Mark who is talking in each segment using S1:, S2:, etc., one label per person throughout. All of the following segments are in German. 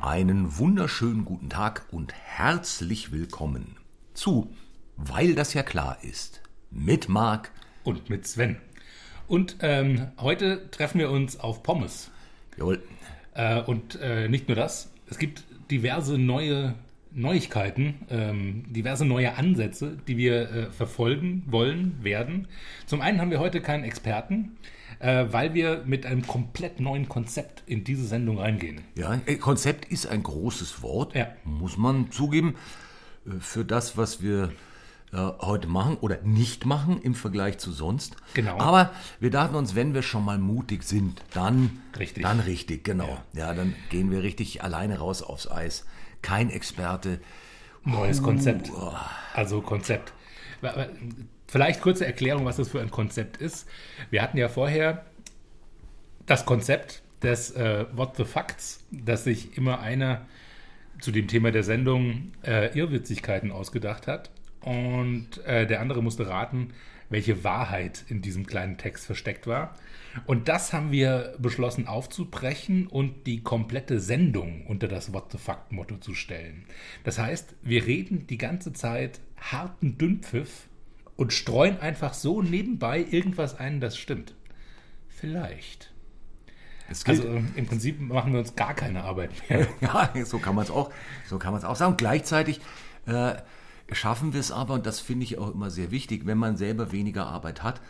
S1: Einen wunderschönen guten Tag und herzlich willkommen zu Weil das ja klar ist mit Marc.
S2: Und mit Sven. Und ähm, heute treffen wir uns auf Pommes.
S1: Jawohl,
S2: Äh, und äh, nicht nur das, es gibt diverse neue Neuigkeiten, ähm, diverse neue Ansätze, die wir äh, verfolgen wollen, werden. Zum einen haben wir heute keinen Experten, äh, weil wir mit einem komplett neuen Konzept in diese Sendung reingehen.
S1: ja, äh, Konzept ist ein großes Wort,
S2: Ja.
S1: muss man zugeben, äh, für das, was wir äh, heute machen oder nicht machen im Vergleich zu sonst.
S2: Genau.
S1: Aber wir dachten uns, wenn wir schon mal mutig sind, dann
S2: Richtig.
S1: Dann richtig, genau. Ja, dann gehen wir richtig alleine raus aufs Eis. Kein Experte.
S2: Neues Konzept. Also Konzept. Vielleicht kurze Erklärung, was das für ein Konzept ist. Wir hatten ja vorher das Konzept des äh, What the Facts, dass sich immer einer zu dem Thema der Sendung äh, Irrwitzigkeiten ausgedacht hat und äh, der andere musste raten, welche Wahrheit in diesem kleinen Text versteckt war. Und das haben wir beschlossen aufzubrechen und die komplette Sendung unter das What the Fact-Motto zu stellen. Das heißt, wir reden die ganze Zeit harten Dünnpfiff und streuen einfach so nebenbei irgendwas ein, das stimmt. Vielleicht.
S1: Es gilt
S2: Also ähm, im Prinzip machen wir uns gar keine Arbeit mehr.
S1: Ja, so kann man es auch, so kann man es auch sagen. Gleichzeitig äh, schaffen wir es aber, und das finde ich auch immer sehr wichtig, wenn man selber weniger Arbeit hat,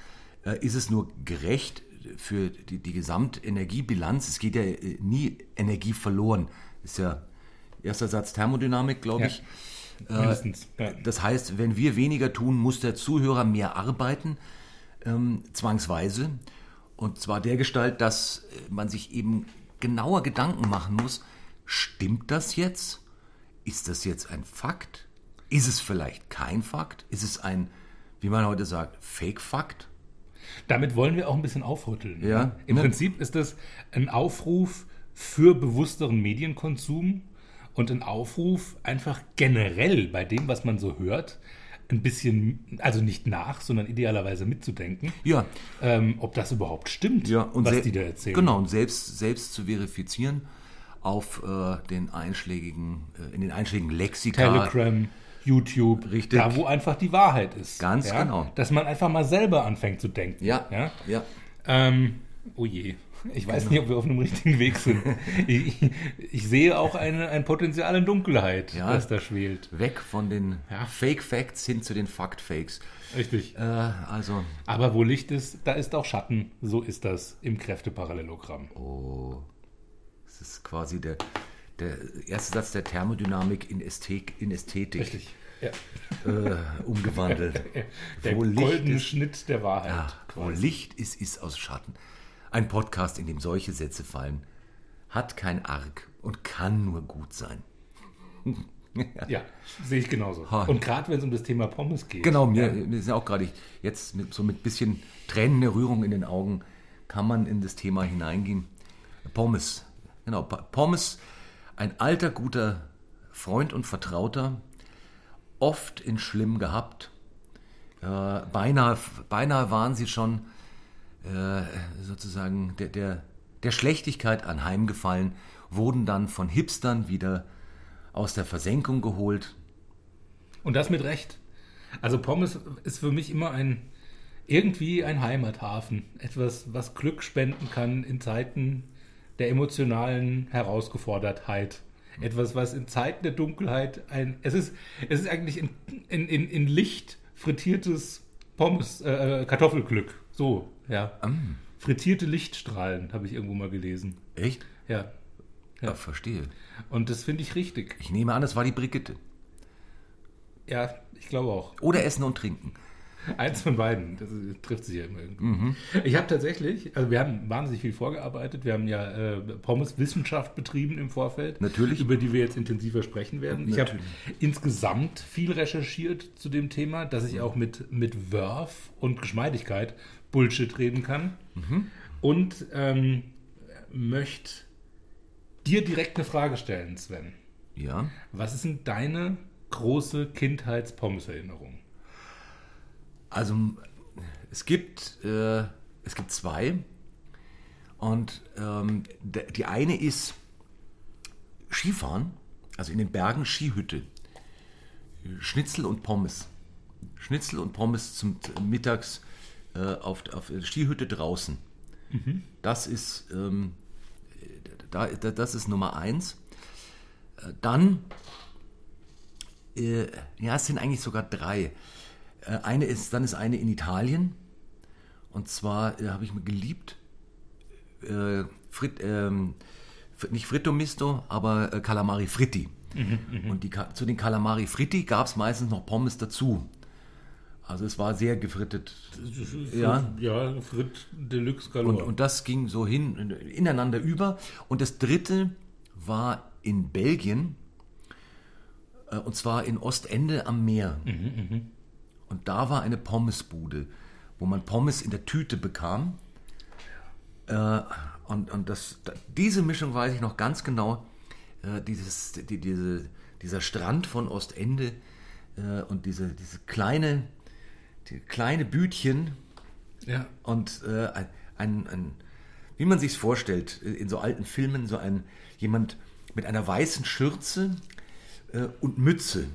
S1: äh, ist es nur gerecht für die, die Gesamtenergiebilanz. Es geht ja äh, nie Energie verloren. Ist ja erster Satz Thermodynamik, glaube
S2: Ja.
S1: ich.
S2: Mindestens. Ja.
S1: Das heißt, wenn wir weniger tun, muss der Zuhörer mehr arbeiten, ähm, zwangsweise. Und zwar der Gestalt, dass äh, man sich eben genauer Gedanken machen muss, stimmt das jetzt? Ist das jetzt ein Fakt? Ist es vielleicht kein Fakt? Ist es ein, wie man heute sagt, Fake-Fakt?
S2: Damit wollen wir auch ein bisschen aufrütteln.
S1: Ja,
S2: ne? Im
S1: ne?
S2: Prinzip ist das ein Aufruf für bewussteren Medienkonsum und ein Aufruf einfach generell bei dem, was man so hört, ein bisschen, also nicht nach, sondern idealerweise mitzudenken,
S1: Ja,
S2: ähm, ob das überhaupt stimmt,
S1: Ja, und
S2: was
S1: sel-
S2: die da erzählen.
S1: Genau, und selbst, selbst zu verifizieren auf äh, den einschlägigen, äh, in den einschlägigen Lexika.
S2: Telegram, YouTube,
S1: Richtig.
S2: da wo einfach die Wahrheit ist.
S1: Ganz genau.
S2: Dass man einfach mal selber anfängt zu denken.
S1: Ja,
S2: ja?
S1: ja.
S2: Ähm, oh je. Ich weiß nicht, ob wir auf einem richtigen Weg sind. Ich, ich- ich sehe auch eine, ein Potenzial in Dunkelheit,
S1: Ja.
S2: das da schwelt.
S1: Weg von den
S2: Ja.
S1: Fake Facts hin zu den Fact Fakes.
S2: Richtig.
S1: Äh, also,
S2: Aber wo Licht ist, da ist auch Schatten. So ist das im Kräfteparallelogramm.
S1: es oh, ist quasi der, der erste Satz der Thermodynamik in, Ästhek, in Ästhetik
S2: Richtig. Ja.
S1: Äh, umgewandelt.
S2: Der
S1: Wo Licht
S2: goldene
S1: ist-
S2: Schnitt der Wahrheit.
S1: Ja, wo Licht ist, ist aus Schatten. Ein Podcast, in dem solche Sätze fallen, hat kein Arg und kann nur gut sein.
S2: Ja, sehe ich genauso.
S1: Ha.
S2: Und gerade wenn es um das Thema Pommes geht.
S1: Genau, mir, mir ist ja auch gerade ich- jetzt mit, so mit bisschen Tränen der Rührung in den Augen, kann man in das Thema hineingehen. Pommes. Genau, Pa- Pommes, ein alter, guter Freund und Vertrauter, oft in Schlimm gehabt. Äh, beinahe, beinahe waren sie schon äh, sozusagen der, der, der Schlechtigkeit anheimgefallen, wurden dann von Hipstern wieder aus der Versenkung geholt.
S2: Und das mit Recht. Also Pommes ist für mich immer ein irgendwie ein Heimathafen. Etwas, was Glück spenden kann in Zeiten der emotionalen Herausgefordertheit. Etwas, was in Zeiten der Dunkelheit ein. Es ist, es ist eigentlich in, in, in, in Licht frittiertes Pommes, äh, Kartoffelglück. So, ja.
S1: Mm.
S2: Frittierte Lichtstrahlen, habe ich irgendwo mal gelesen.
S1: Echt?
S2: Ja.
S1: ja verstehe.
S2: Und das finde ich richtig.
S1: Ich nehme an, es war die Brigitte.
S2: Ja, ich glaube auch.
S1: Oder Essen und Trinken.
S2: Eins von beiden, das ist- trifft sich ja immer irgendwie. Ich habe tatsächlich, also wir haben wahnsinnig viel vorgearbeitet, wir haben ja äh, Pommes-Wissenschaft betrieben im Vorfeld.
S1: Natürlich.
S2: Über die wir jetzt intensiver sprechen werden. Ich habe insgesamt viel recherchiert zu dem Thema, dass ich auch mit, mit Wurf und Geschmeidigkeit Bullshit reden kann. Und ähm, möchte dir direkt eine Frage stellen, Sven.
S1: Ja.
S2: Was ist denn deine große Kindheits-Pommes-Erinnerung?
S1: Also m- es gibt, äh, es gibt zwei. Und ähm, d- die eine ist Skifahren, also in den Bergen Skihütte. Schnitzel und Pommes. Schnitzel und Pommes zum mittags äh, auf, auf der Skihütte draußen. Das ist ähm, da, da, das ist Nummer eins. Äh, Dann äh, ja, es sind eigentlich sogar drei. Äh, eine ist, dann ist eine in Italien. Und zwar äh, habe ich mir geliebt, äh, Frit, ähm, Fr- nicht Fritto Misto, aber äh, Calamari Fritti. Und die, Ka- zu den Calamari Fritti gab es meistens noch Pommes dazu. Also es war sehr gefrittet. Ja.
S2: ja, Frit Deluxe Galore.
S1: Und, und das ging so hin, ineinander über. Und das dritte war in Belgien, äh, und zwar in Ostende am Meer. und da war eine Pommesbude, wo man Pommes in der Tüte bekam. Äh, und und das, da- diese Mischung weiß ich noch ganz genau. Äh, dieses, die, diese, dieser Strand von Ostende äh, und diese, diese kleine, die kleine Bütchen,
S2: ja.
S1: und äh, ein, ein, ein, wie man sich's vorstellt, äh, in so alten Filmen, so ein jemand mit einer weißen Schürze äh, und Mütze,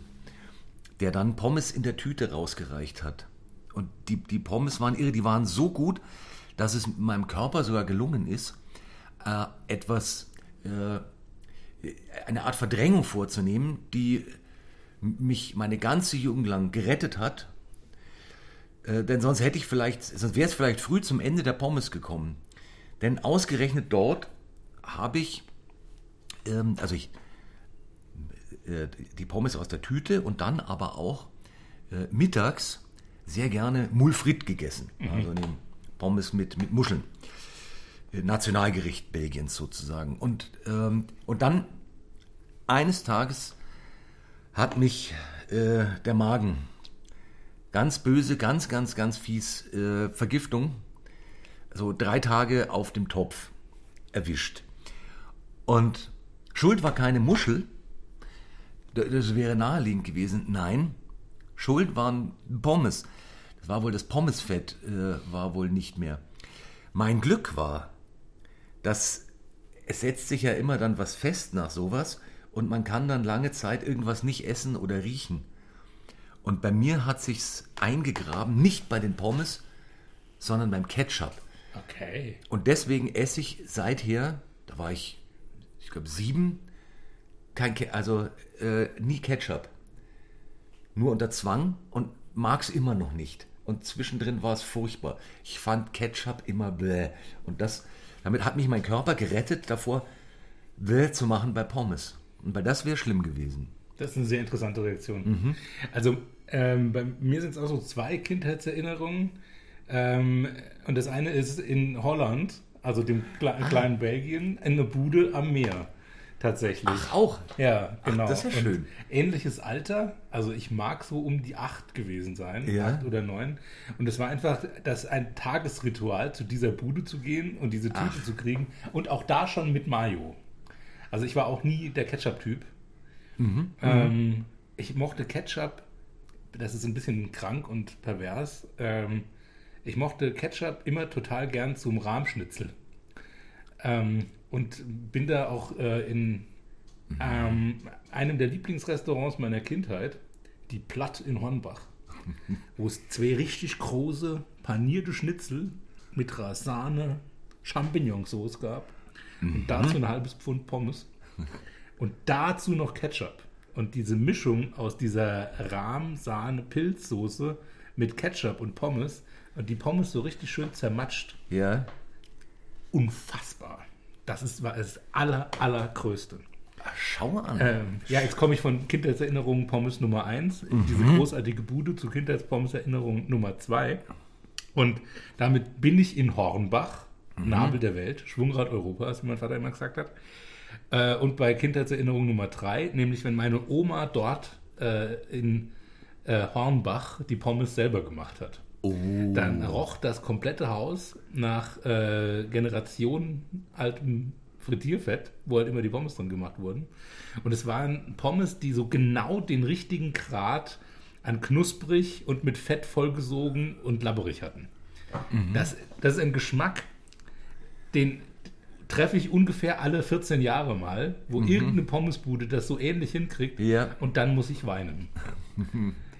S1: der dann Pommes in der Tüte rausgereicht hat. Und die, die Pommes waren irre, die waren so gut, dass es meinem Körper sogar gelungen ist, äh, etwas, äh, eine Art Verdrängung vorzunehmen, die m- mich meine ganze Jugend lang gerettet hat äh, denn sonst hätte ich vielleicht, sonst wäre es vielleicht früh zum Ende der Pommes gekommen. Denn ausgerechnet dort habe ich, ähm, also ich, äh, die Pommes aus der Tüte und dann aber auch äh, mittags sehr gerne Mulfrit gegessen. Also eine Pommes mit, mit Muscheln. Äh, Nationalgericht Belgiens sozusagen. Und, ähm, und dann eines Tages hat mich äh, der Magen ganz böse, ganz, ganz, ganz fies äh, Vergiftung. So drei Tage auf dem Topf erwischt. Und Schuld war keine Muschel. D- Das wäre naheliegend gewesen. Nein, Schuld waren Pommes. Das war wohl das Pommesfett, äh, war wohl nicht mehr. Mein Glück war, dass es setzt sich ja immer dann was fest nach sowas und man kann dann lange Zeit irgendwas nicht essen oder riechen. Und bei mir hat sich's eingegraben, nicht bei den Pommes, sondern beim Ketchup.
S2: Okay.
S1: Und deswegen esse ich seither, da war ich, ich glaube sieben, kein Ke also äh, nie Ketchup. Nur unter Zwang und mag's immer noch nicht. Und zwischendrin war es furchtbar. Ich fand Ketchup immer bläh. Und das, damit hat mich mein Körper gerettet davor, bläh zu machen bei Pommes. Und bei das wäre schlimm gewesen.
S2: Das ist eine sehr interessante Reaktion.
S1: Mhm.
S2: Also ähm, bei mir sind es auch so zwei Kindheitserinnerungen. Ähm, und das eine ist in Holland, also dem kle
S1: Ah.
S2: kleinen Belgien, in einer Bude am Meer. Tatsächlich.
S1: Ach, auch.
S2: Ja, genau.
S1: das ist ja
S2: Und
S1: schön.
S2: Ähnliches Alter, also ich mag so um die acht gewesen sein,
S1: Ja.
S2: acht oder neun. Und es war einfach das ein Tagesritual, zu dieser Bude zu gehen und diese Tüte zu kriegen. Und auch da schon mit Mayo. Also ich war auch nie der Ketchup-Typ.
S1: Mhm.
S2: Ähm, ich mochte Ketchup, das ist ein bisschen krank und pervers. Ähm, ich mochte Ketchup immer total gern zum Rahmschnitzel. Ähm, und bin da auch äh, in ähm, einem der Lieblingsrestaurants meiner Kindheit, die Platt in Hornbach, wo es zwei richtig große panierte Schnitzel mit Rasane Champignonsauce gab und dazu ein halbes Pfund Pommes und dazu noch Ketchup. Und diese Mischung aus dieser Rahm-Sahne-Pilzsoße mit Ketchup und Pommes und die Pommes so richtig schön zermatscht.
S1: Ja.
S2: Unfassbar. Das ist, war das aller, allergrößte.
S1: Ach, Schau an.
S2: Ähm, ja, jetzt komme ich von Kindheitserinnerungen Pommes Nummer 1 in diese großartige Bude zu Kindheitspommes Erinnerung Nummer 2. Und damit bin ich in Hornbach, Nabel der Welt, Schwungrad Europas, wie mein Vater immer gesagt hat. Äh, und bei Kindheitserinnerung Nummer 3, nämlich wenn meine Oma dort äh, in äh, Hornbach die Pommes selber gemacht hat.
S1: oh.
S2: Dann roch das komplette Haus nach äh, Generationen altem Frittierfett, wo halt immer die Pommes drin gemacht wurden. Und es waren Pommes, die so genau den richtigen Grad an knusprig und mit Fett vollgesogen und labberig hatten. Das, das ist ein Geschmack, den, treffe ich ungefähr alle 14 Jahre mal, wo irgendeine Pommesbude das so ähnlich hinkriegt
S1: Ja.
S2: und dann muss ich weinen.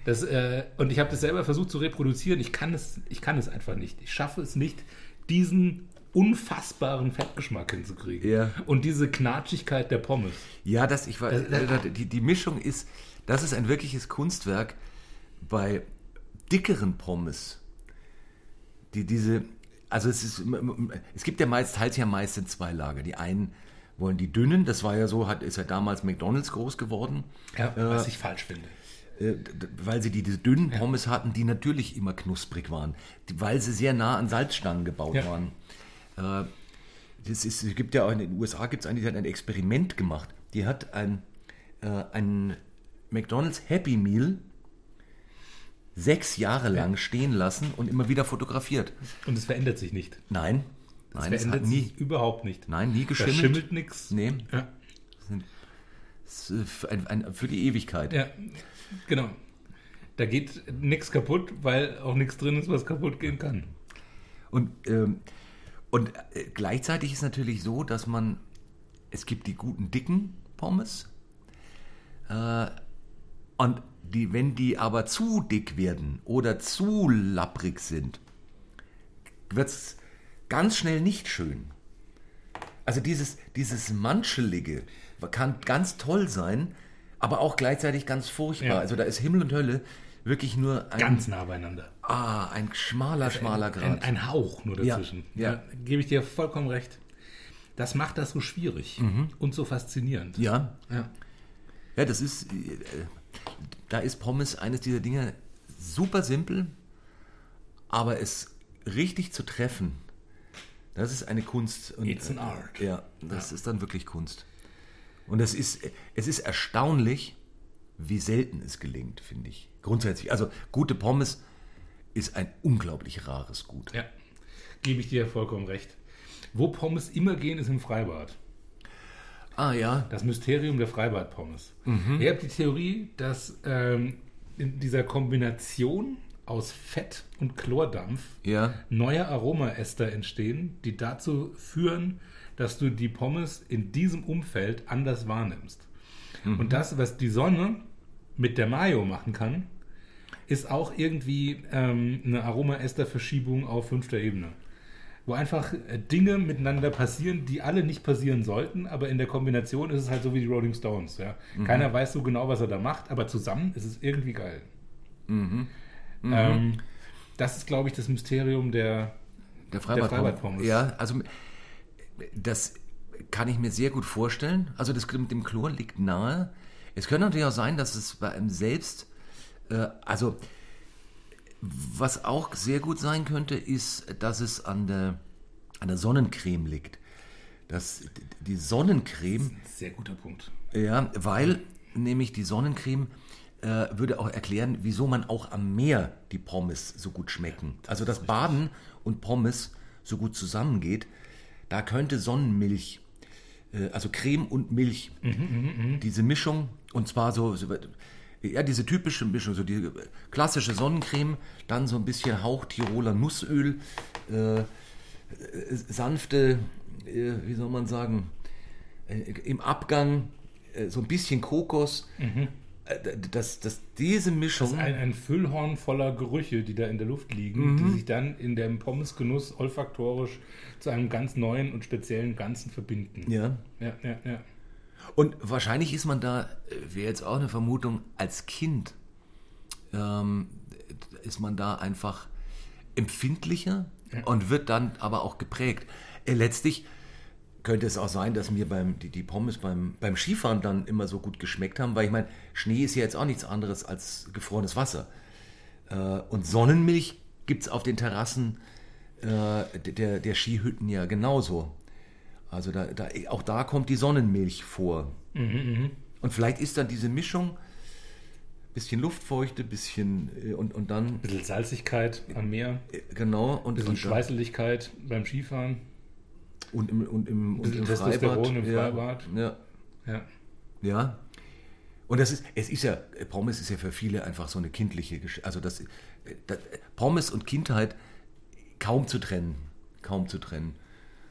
S2: Das, äh, und ich habe das selber versucht zu reproduzieren. Ich kann, es, ich kann es einfach nicht. Ich schaffe es nicht, diesen unfassbaren Fettgeschmack hinzukriegen.
S1: Ja.
S2: Und diese Knatschigkeit der Pommes.
S1: Ja, das, ich war, äh,
S2: Das- das-
S1: die, die Mischung ist, das ist ein wirkliches Kunstwerk bei dickeren Pommes. Die diese, also es ist, es gibt ja meist, teilt sich ja meist in zwei Lager. Die einen wollen die dünnen, das war ja so, hat, ist ja damals McDonalds groß geworden,
S2: Ja, was ich falsch finde.
S1: äh, d- d- weil sie die, diese dünnen Pommes hatten, die natürlich immer knusprig waren, die, weil sie sehr nah an Salzstangen gebaut
S2: Ja.
S1: waren. Äh, das ist, es gibt ja auch in den USA gibt es eine, die hat ein Experiment gemacht. Die hat ein, äh, ein McDonald's Happy Meal sechs Jahre lang stehen lassen und immer wieder fotografiert.
S2: Und es verändert sich nicht.
S1: Nein, nein,
S2: es
S1: es hat
S2: verändert
S1: nie,
S2: sich überhaupt nicht.
S1: nein, nie
S2: da
S1: geschimmelt.
S2: schimmelt nichts.
S1: Nee,
S2: Ja.
S1: es ist ein, ein, für die Ewigkeit.
S2: ja, genau. Da geht nichts kaputt, weil auch nichts drin ist, was kaputt gehen kann.
S1: Und, ähm, und äh, gleichzeitig ist natürlich so, dass man, es gibt die guten dicken Pommes. Äh, und die, wenn die aber zu dick werden oder zu lapprig sind, wird es ganz schnell nicht schön. Also dieses, dieses Manschelige kann ganz toll sein, aber auch gleichzeitig ganz furchtbar.
S2: Ja.
S1: Also da ist Himmel und Hölle wirklich nur ein,
S2: Ganz nah beieinander.
S1: ah, ein schmaler, schmaler Grad.
S2: Ein, ein Hauch nur dazwischen.
S1: ja.
S2: Da gebe ich dir vollkommen recht. Das macht das so schwierig und so faszinierend.
S1: Mhm. ja,
S2: Ja.
S1: Ja, das ist, äh, da ist Pommes eines dieser Dinge super simpel, aber es richtig zu treffen, das ist eine Kunst. Und,
S2: It's an art.
S1: Ja, das ist dann wirklich Kunst. Und es ist, es ist erstaunlich, wie selten es gelingt, finde ich. Grundsätzlich, also gute Pommes ist ein unglaublich rares Gut.
S2: ja. Gebe ich dir vollkommen recht. Wo Pommes immer gehen, ist im Freibad.
S1: Ah ja,
S2: Das Mysterium der Freibad-Pommes.
S1: Mhm.
S2: Ich habe die Theorie, dass ähm, in dieser Kombination aus Fett und Chlordampf
S1: ja,
S2: neue Aromaester entstehen, die dazu führen, dass du die Pommes in diesem Umfeld anders wahrnimmst. Und das, was die Sonne mit der Mayo machen kann, ist auch irgendwie ähm, eine Aromaester-Verschiebung auf fünfter Ebene. Wo einfach äh, Dinge miteinander passieren, die alle nicht passieren sollten, aber in der Kombination ist es halt so wie die Rolling Stones. Ja? Keiner weiß so genau, was er da macht, aber zusammen ist es irgendwie geil. Ähm, das ist, glaube ich, das Mysterium der.
S1: Der Freibad,
S2: Freibadpommes.
S1: Ja, also das kann ich mir sehr gut vorstellen. Also das mit dem Chlor liegt nahe. Es könnte natürlich auch sein, dass es bei einem selbst, äh, also was auch sehr gut sein könnte, ist, dass es an der, an der Sonnencreme liegt. Dass die Sonnencreme
S2: Sehr guter Punkt.
S1: ja, weil nämlich die Sonnencreme äh, würde auch erklären, wieso man auch am Meer die Pommes so gut schmecken. Also dass Baden und Pommes so gut zusammengeht, da könnte Sonnenmilch, äh, also Creme und Milch, diese Mischung und zwar so, so ja, diese typische Mischung, so die äh, klassische Sonnencreme, dann so ein bisschen Hauch Tiroler Nussöl, äh, sanfte, äh, wie soll man sagen, äh, im Abgang äh, so ein bisschen Kokos, äh, d- dass, dass diese Mischung,
S2: Ein, ein Füllhorn voller Gerüche, die da in der Luft liegen,
S1: Mhm.
S2: die sich dann in dem Pommesgenuss olfaktorisch zu einem ganz neuen und speziellen Ganzen verbinden.
S1: ja.
S2: ja, ja. ja.
S1: Und wahrscheinlich ist man da, äh, wäre jetzt auch eine Vermutung, als Kind ähm, ist man da einfach empfindlicher und wird dann aber auch geprägt. Äh, letztlich könnte es auch sein, dass mir beim, die, die Pommes beim, beim Skifahren dann immer so gut geschmeckt haben, weil ich meine, Schnee ist ja jetzt auch nichts anderes als gefrorenes Wasser. Äh, und Sonnenmilch gibt es auf den Terrassen äh, der, der Skihütten ja genauso. Also da, da, auch da kommt die Sonnenmilch vor.
S2: Mhm,
S1: Und vielleicht ist dann diese Mischung, bisschen Luftfeuchte, bisschen äh, und, und dann,
S2: Ein bisschen Salzigkeit am Meer,
S1: äh, genau, und,
S2: ein bisschen
S1: und, dann-
S2: Schweißeligkeit beim Skifahren.
S1: und im, und im, und
S2: bisschen
S1: im Freibad.
S2: Testosteron im Freibad.
S1: Ja, ja,
S2: Ja.
S1: ja. Und das ist, es ist ja, äh, Pommes ist ja für viele einfach so eine kindliche Geschichte. Also das, äh, das, äh, Pommes und Kindheit kaum zu trennen, kaum zu trennen.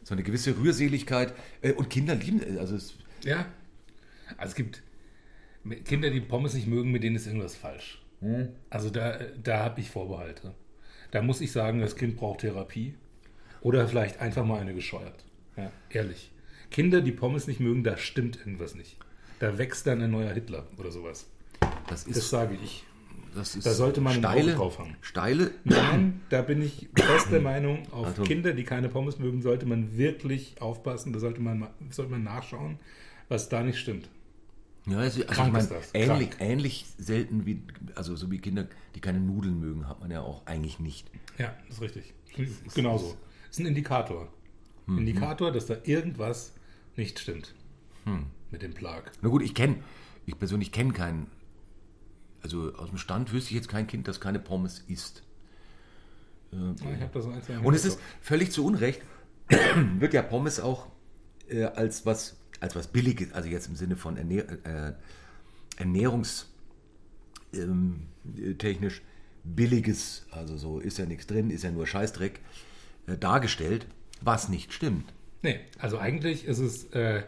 S1: so eine gewisse Rührseligkeit. Äh, Und Kinder lieben, äh, also es,
S2: Ja. Also es gibt Kinder, die Pommes nicht mögen, mit denen ist irgendwas falsch. Also da, da habe ich Vorbehalte. Da muss ich sagen, das Kind braucht Therapie. Oder vielleicht einfach mal eine gescheuert. Ja, ehrlich. Kinder, die Pommes nicht mögen, da stimmt irgendwas nicht. Da wächst dann ein neuer Hitler oder sowas.
S1: das
S2: Das
S1: ist,
S2: sage ich.
S1: das ist
S2: da sollte man ein Auge
S1: steile,
S2: drauf haben.
S1: steile,
S2: Nein, da bin ich fest der Meinung, auf
S1: Achtung.
S2: Kinder, die keine Pommes mögen, sollte man wirklich aufpassen. Da sollte man, ma- sollte man nachschauen, was da nicht stimmt.
S1: Ja, also, also ich
S2: Krank
S1: meine,
S2: ist das.
S1: ähnlich,
S2: Krank.
S1: ähnlich selten wie, also so wie Kinder, die keine Nudeln mögen, hat man ja auch eigentlich nicht.
S2: Ja, ist richtig.
S1: Hm,
S2: Genauso. Ist ein Indikator.
S1: hm.
S2: Indikator, dass da irgendwas nicht stimmt. Mit dem Plag.
S1: Na gut, ich kenne, ich persönlich kenne keinen, also aus dem Stand wüsste ich jetzt kein Kind, das keine Pommes isst. Äh,
S2: Ja, Ah, Ich habe da so ein, zwei
S1: Und es ist völlig zu Unrecht, wird ja Pommes auch äh, als was als was Billiges, also jetzt im Sinne von Ernähr, äh, ernährungstechnisch ähm, äh, technisch Billiges, also so ist ja nichts drin, ist ja nur Scheißdreck, äh, dargestellt, was nicht stimmt.
S2: Nee, also eigentlich ist es, äh,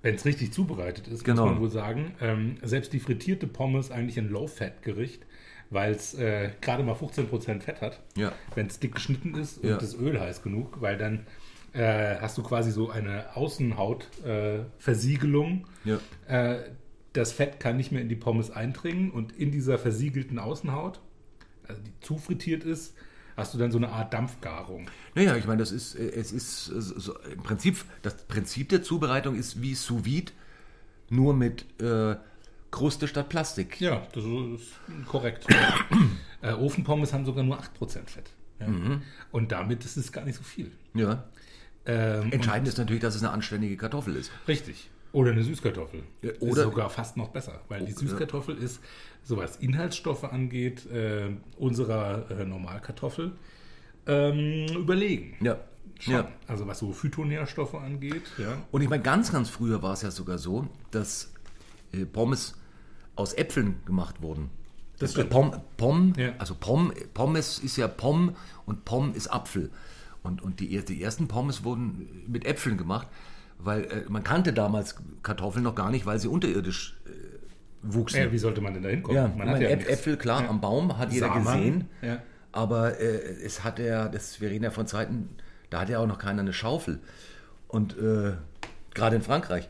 S2: wenn es richtig zubereitet ist,
S1: Genau.
S2: muss man wohl sagen, ähm, selbst die frittierte Pommes eigentlich ein Low-Fat-Gericht, weil es äh, gerade mal 15% Fett hat,
S1: Ja.
S2: wenn es dick geschnitten ist und
S1: Ja.
S2: das Öl heiß genug, weil dann äh, hast du quasi so eine Außenhaut-Versiegelung.
S1: Ja.
S2: äh, das Fett kann nicht mehr in die Pommes eindringen und in dieser versiegelten Außenhaut, also die zufrittiert ist, hast du dann so eine Art Dampfgarung.
S1: Naja, ich meine, das ist, äh, es ist äh, so, im Prinzip, das Prinzip der Zubereitung ist wie Sous Vide, nur mit äh, Kruste statt Plastik.
S2: Ja, das ist korrekt. äh, Ofenpommes haben sogar nur 8% Fett. Ja.
S1: Mhm.
S2: Und damit ist es gar nicht so viel.
S1: Ja.
S2: Ähm,
S1: Entscheidend ist natürlich, dass es eine anständige Kartoffel ist.
S2: und- richtig. Oder eine Süßkartoffel.
S1: Ja,
S2: ist
S1: oder-
S2: sogar fast noch besser, weil die
S1: Oh,
S2: Süßkartoffel ist, so was Inhaltsstoffe angeht, äh, unserer äh, Normalkartoffel ähm, überlegen.
S1: Ja.
S2: Schon.
S1: ja.
S2: Also was so Phytonährstoffe angeht. Ja.
S1: Und ich meine, ganz, ganz früher war es ja sogar so, dass äh, Pommes aus Äpfeln gemacht wurden.
S2: Das
S1: Äh,
S2: stimmt.
S1: Pom, Pom,
S2: Ja.
S1: also Pom, Pommes ist ja Pom und Pom ist Apfel. Und, und die, er- die ersten Pommes wurden mit Äpfeln gemacht, weil äh, man kannte damals Kartoffeln noch gar nicht, weil sie unterirdisch äh, wuchsen.
S2: Ja, äh, wie sollte man denn da hinkommen?
S1: Ja,
S2: man
S1: ich
S2: hat
S1: meine,
S2: ja
S1: Äp-
S2: nichts.
S1: Äpfel, klar, am Baum hat jeder
S2: Samen.
S1: gesehen.
S2: Ja.
S1: Aber äh, es hat ja, das, wir reden ja von Zeiten, da hat ja auch noch keiner eine Schaufel. Und äh, gerade in Frankreich.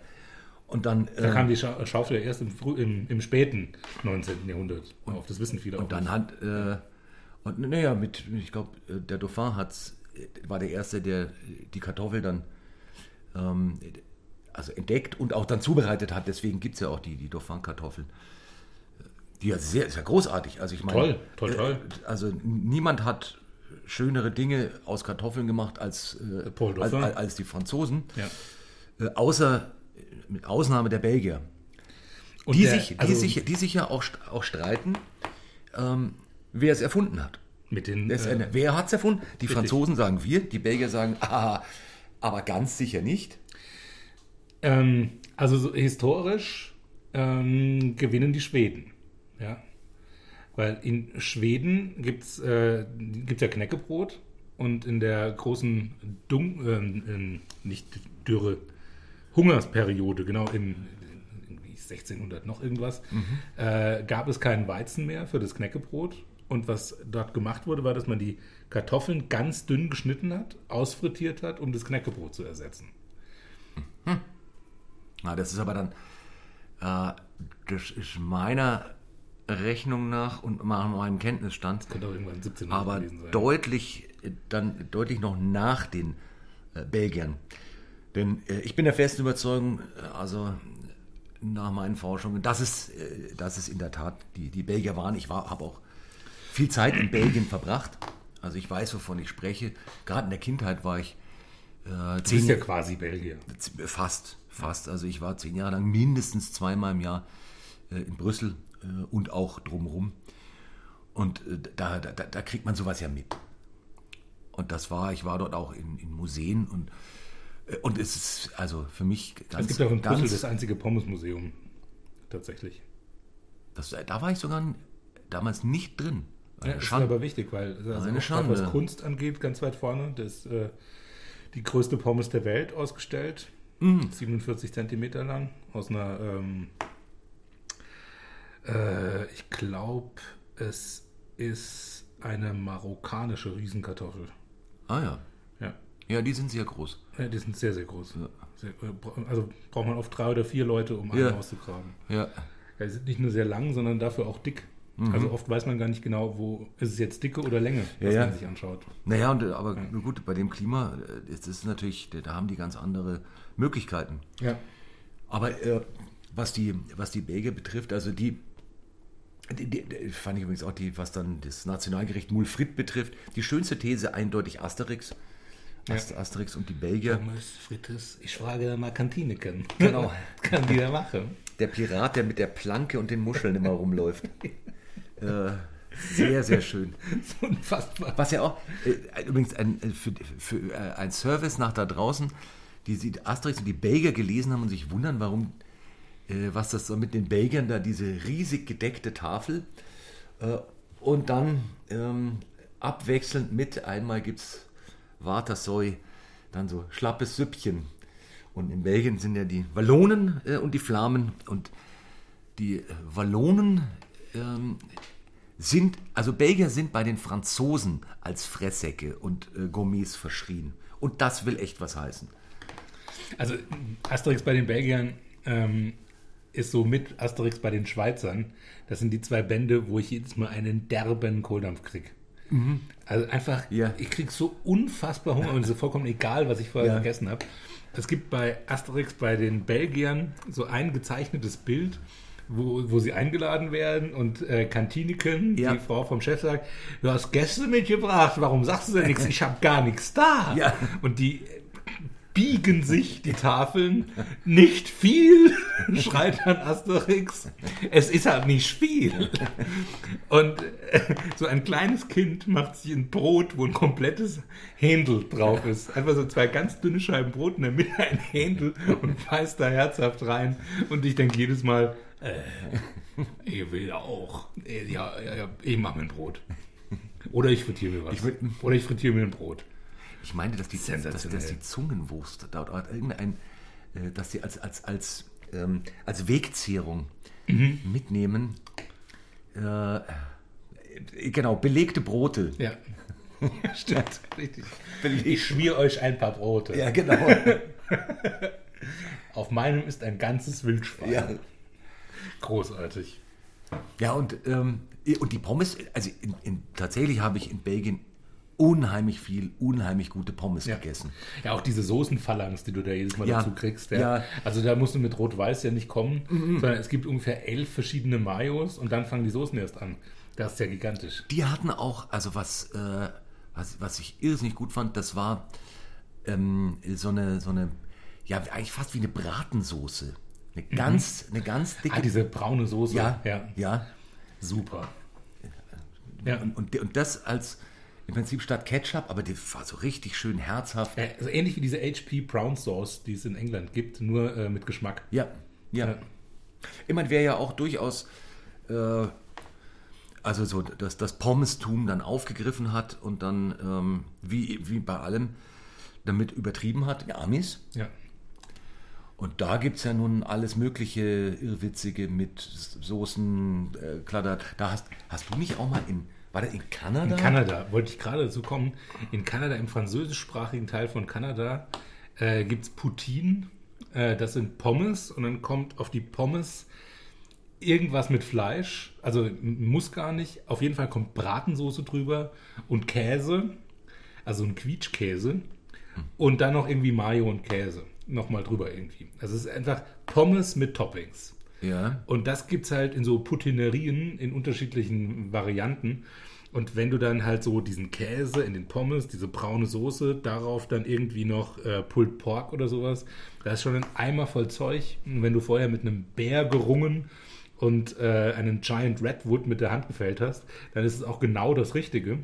S1: Und dann,
S2: Da
S1: äh,
S2: kam die Scha Schaufel ja erst im, frü- im, im späten 19. Jahrhundert auf. Das wissen viele auch.
S1: und dann hat, äh, und naja, mit, ich glaube, der Dauphin hat's, äh, war der Erste, der äh, die Kartoffel dann ähm, also entdeckt und auch dann zubereitet hat. Deswegen gibt es ja auch die, die Dauphin-Kartoffeln. Äh, Die ja sehr, ist ja großartig. Also ich meine,
S2: Toll, toll, toll.
S1: Äh, also n- niemand hat schönere Dinge aus Kartoffeln gemacht als, äh,
S2: Paul
S1: als,
S2: Dauphin.
S1: als, als die Franzosen,
S2: Ja.
S1: äh, außer mit Ausnahme der Belgier.
S2: Und
S1: Die,
S2: der-
S1: sich, die,
S2: also
S1: sich, die sich ja auch, st- auch streiten, ähm, wer es erfunden hat.
S2: mit den
S1: Das ist
S2: äh,
S1: eine, wer hat es erfunden? Die Franzosen sagen wir, die Belgier sagen, ah, aber ganz sicher nicht.
S2: ähm, also so historisch ähm, gewinnen die Schweden. Ja. Weil in Schweden gibt es äh, gibt's ja Knäckebrot und in der großen Dun ähm, ähm, nicht Dürre, Hungersperiode, genau im irgendwie 1600 noch irgendwas, äh, gab es keinen Weizen mehr für das Knäckebrot. Und was dort gemacht wurde, war, dass man die Kartoffeln ganz dünn geschnitten hat, ausfrittiert hat, um das Knäckebrot zu ersetzen.
S1: Na, das ist aber dann, äh, das ist meiner Rechnung nach und nach meinem Kenntnisstand,
S2: Könnte auch irgendwann 17 Uhr
S1: aber
S2: gewesen sein.
S1: deutlich, äh, dann deutlich noch nach den äh, Belgiern. Denn äh, ich bin der festen Überzeugung, äh, also nach meinen Forschungen, dass es, äh, dass es in der Tat die, die Belgier waren. Ich war, habe auch viel Zeit in Belgien verbracht. Also ich weiß, wovon ich spreche. Gerade in der Kindheit war ich äh,
S2: Du bist
S1: zehn,
S2: ja quasi Belgier.
S1: Z- Fast, fast. Also ich war zehn Jahre lang mindestens zweimal im Jahr äh, in Brüssel äh, und auch drumherum. Und äh, da, da, da da kriegt man sowas ja mit. Und das war, ich war dort auch in, in Museen und, äh, und es ist also für mich ganz,
S2: Es gibt auch in Brüssel
S1: ganz
S2: das einzige Pommesmuseum. Tatsächlich.
S1: das, da war ich sogar n- damals nicht drin.
S2: Ja,
S1: Eine
S2: das ist
S1: Schande.
S2: aber wichtig, weil also
S1: Eine
S2: auch gerade was
S1: Schande.
S2: Kunst angeht, ganz weit vorne, das, äh, die größte Pommes der Welt ausgestellt.
S1: Mhm.
S2: 47 Zentimeter lang. Aus einer, ähm, äh, ich glaube, es ist eine marokkanische Riesenkartoffel.
S1: Ah ja.
S2: Ja.
S1: Ja, die sind sehr groß.
S2: Ja, die sind sehr, sehr groß. Sehr, äh, bra- also braucht man oft drei oder vier Leute, um einen
S1: Ja.
S2: auszugraben.
S1: Ja.
S2: Ja, die sind nicht nur sehr lang, sondern dafür auch dick. Also oft weiß man gar nicht genau, wo ist es jetzt Dicke oder Länge,
S1: Mhm. Ja,
S2: was
S1: ja.
S2: man sich anschaut.
S1: Naja, und, äh, aber gut, bei dem Klima äh, ist es natürlich, da haben die ganz andere Möglichkeiten.
S2: Ja.
S1: Aber äh, was die, was die Belgier betrifft, also die, die, die, die fand ich übrigens auch die, was dann das Nationalgericht Mulfrit betrifft, die schönste These eindeutig Asterix. Ast- Asterix und die Belgier.
S2: Pommes, Frites, ich frage da mal Kantine kennen.
S1: Genau.
S2: Kann die da machen.
S1: Der Pirat, der mit der Planke und den Muscheln immer rumläuft. äh, sehr, sehr schön.
S2: So unfassbar.
S1: Was ja auch, äh, übrigens ein, äh, für, für äh, ein Service nach da draußen, die, die Asterix und die Belgier gelesen haben und sich wundern, warum, äh, was das so mit den Belgiern da, diese riesig gedeckte Tafel. Äh, und dann ähm, abwechselnd mit, einmal gibt es Watersäu, dann so schlappes Süppchen. Und in Belgien sind ja die Wallonen äh, und die Flamen. Und die äh, Wallonen ähm, sind, also Belgier sind bei den Franzosen als Fresssäcke und äh, Gourmets verschrien. Und das will echt was heißen.
S2: Also Asterix bei den Belgiern ähm, ist so mit Asterix bei den Schweizern. Das sind die zwei Bände, wo ich jedes Mal einen derben Kohldampf kriege. Also einfach,
S1: Ja.
S2: ich kriege so unfassbar Hunger und es ist vollkommen egal, was ich vorher
S1: Ja.
S2: gegessen habe. Es gibt bei Asterix bei den Belgiern so ein gezeichnetes Bild, wo, wo sie eingeladen werden und äh, Kantiniken,
S1: Ja.
S2: die Frau vom Chef sagt, du hast Gäste mitgebracht, warum sagst du denn nichts? Ich habe gar nichts da.
S1: Ja.
S2: Und die biegen sich die Tafeln. Nicht viel, schreit dann Asterix. Es ist halt nicht viel. Und äh, so ein kleines Kind macht sich ein Brot, wo ein komplettes Händel drauf ist. Einfach so zwei ganz dünne Scheiben Brot in der Mitte ein Händel und beißt da herzhaft rein. Und ich denke jedes Mal, äh, ich will auch. Äh, Ja, ja, ja ich mache mir ein Brot. Oder ich frittiere mir was.
S1: Ich würd-
S2: Oder ich frittiere mir ein Brot.
S1: Ich meine, dass die, dass,
S2: Sensationell.
S1: dass die Zungenwurst dort oder irgendein, äh, dass sie als, als, als, ähm, als Wegzehrung mitnehmen. Äh, äh, genau, belegte Brote.
S2: Ja. Stimmt, richtig. Ich schmier euch ein paar Brote.
S1: genau.
S2: Auf meinem ist ein ganzes Wildschwein.
S1: ja.
S2: Großartig.
S1: Ja, und, ähm, und die Pommes, also in, in, tatsächlich habe ich in Belgien unheimlich viel, unheimlich gute Pommes
S2: Ja.
S1: gegessen.
S2: Ja, auch diese Soßenphalanx, die du da jedes Mal
S1: Ja.
S2: dazu kriegst.
S1: Ja. Mhm.
S2: Also da musst du mit Rot-Weiß ja nicht kommen, sondern es gibt ungefähr elf verschiedene Mayos und dann fangen die Soßen erst an. Das ist ja gigantisch.
S1: Die hatten auch, also was, äh, was, was ich irrsinnig gut fand, das war ähm, so eine, so eine, ja, eigentlich fast wie eine Bratensoße. Eine ganz, eine ganz dicke.
S2: Ah, diese braune Soße.
S1: ja,
S2: ja.
S1: ja, ja.
S2: Super. Ja.
S1: Und, und, und das als im Prinzip statt Ketchup, aber die war so richtig schön herzhaft.
S2: Ja, Also ähnlich wie diese HP Brown Sauce, die es in England gibt, nur äh, mit Geschmack.
S1: Ja, ja.
S2: Ja.
S1: Ich meine, wäre ja auch durchaus, äh, also so, dass das Pommestum dann aufgegriffen hat und dann, ähm, wie, wie bei allem, damit übertrieben hat, die Amis.
S2: Ja.
S1: Und da gibt es ja nun alles mögliche Irrwitzige mit Soßen, äh, Kladdert. Da hast, hast du nicht auch mal in, war das in Kanada?
S2: In Kanada, wollte ich gerade dazu kommen. In Kanada, im französischsprachigen Teil von Kanada, äh, gibt es Poutine. Äh, das sind Pommes und dann kommt auf die Pommes irgendwas mit Fleisch. Also m- muss gar nicht. Auf jeden Fall kommt Bratensoße drüber und Käse. Also ein Quietschkäse. Und dann noch irgendwie Mayo und Käse. Nochmal drüber irgendwie. Also es ist einfach Pommes mit Toppings.
S1: Ja.
S2: Und das gibt es halt in so Poutinerien in unterschiedlichen Varianten. Und wenn du dann halt so diesen Käse in den Pommes, diese braune Soße, darauf dann irgendwie noch äh, Pulled Pork oder sowas, da ist schon ein Eimer voll Zeug. Und wenn du vorher mit einem Bär gerungen und äh, einen Giant Redwood mit der Hand gefällt hast, dann ist es auch genau das Richtige.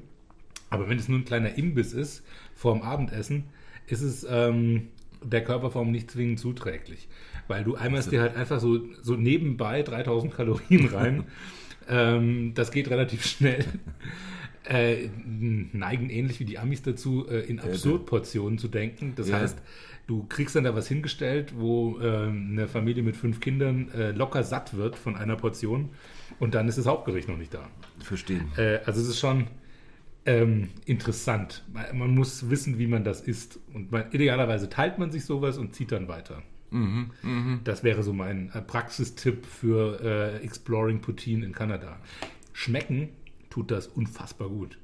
S2: Aber wenn es nur ein kleiner Imbiss ist, vorm Abendessen, ist es ähm, der Körperform nicht zwingend zuträglich. Weil du einmal dir halt einfach so, so nebenbei 3000 Kalorien rein. ähm, das geht relativ schnell. äh, neigen ähnlich wie die Amis dazu, äh, in Absurdportionen zu denken. Das
S1: Ja.
S2: heißt, du kriegst dann da was hingestellt, wo äh, eine Familie mit fünf Kindern äh, locker satt wird von einer Portion und dann ist das Hauptgericht noch nicht da.
S1: Verstehen.
S2: Äh, also es ist schon ähm, interessant. Man man muss wissen, wie man das isst. Und man, idealerweise teilt man sich sowas und zieht dann weiter. Mhm, Das wäre so mein äh, Praxistipp für äh, Exploring Poutine in Kanada. Schmecken tut das unfassbar gut.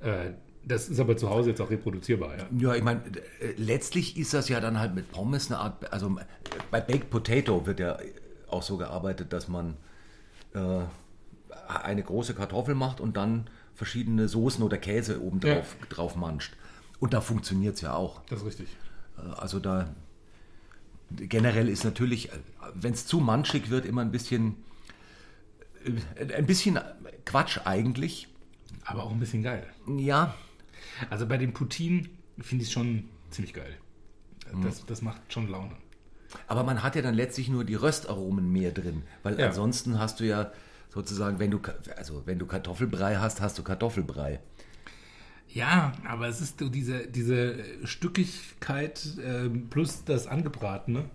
S2: Äh, das ist aber zu Hause jetzt auch reproduzierbar. Ja.
S1: Ja, ich meine, äh, letztlich ist das ja dann halt mit Pommes eine Art, also äh, bei Baked Potato wird ja äh, auch so gearbeitet, dass man äh, eine große Kartoffel macht und dann verschiedene Soßen oder Käse oben drauf, drauf manscht. Und da funktioniert es ja auch.
S2: Das ist richtig.
S1: Äh, Also da generell ist natürlich, wenn es zu manschig wird, immer ein bisschen, äh, ein bisschen Quatsch eigentlich.
S2: Aber auch ein bisschen geil.
S1: Ja,
S2: Also bei den Poutinen finde ich es schon ziemlich geil. Das, das macht schon Laune.
S1: Aber man hat ja dann letztlich nur die Röstaromen mehr drin, weil
S2: Ja.
S1: ansonsten hast du ja sozusagen, wenn du Ka- also wenn du Kartoffelbrei hast, hast du Kartoffelbrei.
S2: Ja, aber es ist so diese, diese Stückigkeit ähm, plus das Angebratene.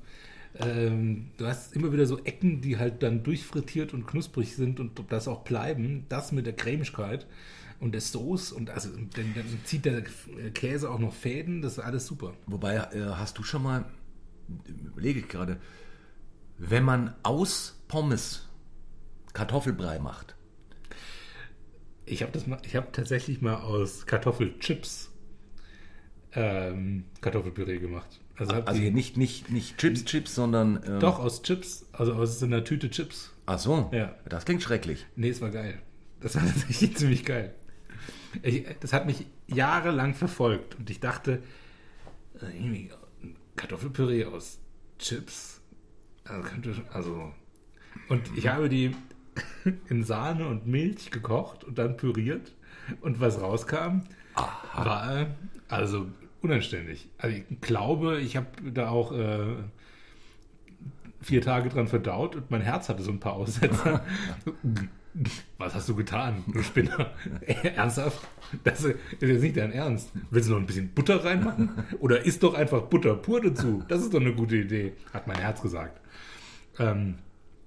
S2: Ähm, du hast immer wieder so Ecken, die halt dann durchfrittiert und knusprig sind und ob das auch bleiben. Das mit der Cremigkeit und der Soße und also dann, dann zieht der Käse auch noch Fäden. Das ist alles super.
S1: Wobei äh, hast du schon mal überlege ich gerade, wenn man aus Pommes Kartoffelbrei macht.
S2: Ich habe das mal, ich habe tatsächlich mal aus Kartoffelchips ähm, Kartoffelpüree gemacht. Also, hab
S1: Also
S2: die,
S1: hier nicht nicht nicht Chips Chips, sondern ähm,
S2: doch aus Chips, also aus so einer Tüte Chips.
S1: Ach so.
S2: Ja.
S1: Das klingt schrecklich.
S2: Nee, es war geil. Das war tatsächlich ziemlich geil. Ich, das hat mich jahrelang verfolgt und ich dachte, äh, irgendwie Kartoffelpüree aus Chips, also könnte schon- also und ich habe die in Sahne und Milch gekocht und dann püriert und was rauskam, war also unanständig. Also ich glaube, ich habe da auch äh, vier Tage dran verdaut und mein Herz hatte so ein paar Aussetzer. Was hast du getan, du Spinner? Ernsthaft? Das ist jetzt nicht dein Ernst. Willst du noch ein bisschen Butter reinmachen? Oder isst doch einfach Butter pur dazu. Das ist doch eine gute Idee, hat mein Herz gesagt. Ähm,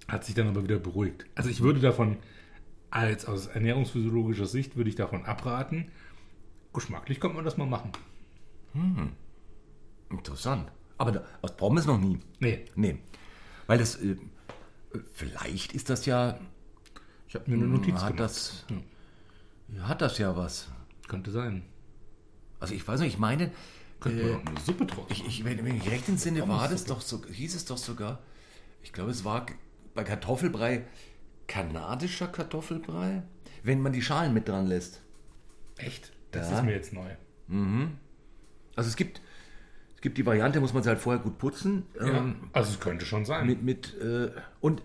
S2: hat sich dann aber wieder beruhigt. Also ich würde davon, als aus ernährungsphysiologischer Sicht, würde ich davon abraten. Geschmacklich könnte man das mal machen.
S1: Interessant. Aber da, aus Pommes noch nie.
S2: Nee,
S1: Nee. Weil das äh, vielleicht ist das ja
S2: ich habe mir eine Notiz
S1: hat
S2: gemacht. Hm.
S1: das, hat das ja was.
S2: Könnte sein.
S1: Also ich weiß nicht, ich meine, äh,
S2: Könnte man auch eine Suppe draus
S1: ich, ich, wenn, wenn ich recht im Sinne war das doch so, hieß es doch sogar, ich glaube, es war bei Kartoffelbrei kanadischer Kartoffelbrei, wenn man die Schalen mit dran lässt.
S2: Echt? Das
S1: Ja.
S2: ist mir jetzt neu.
S1: Also es gibt, es gibt die Variante, muss man es halt vorher gut putzen.
S2: Ja.
S1: Ähm,
S2: Also es könnte schon sein.
S1: mit, mit, äh, und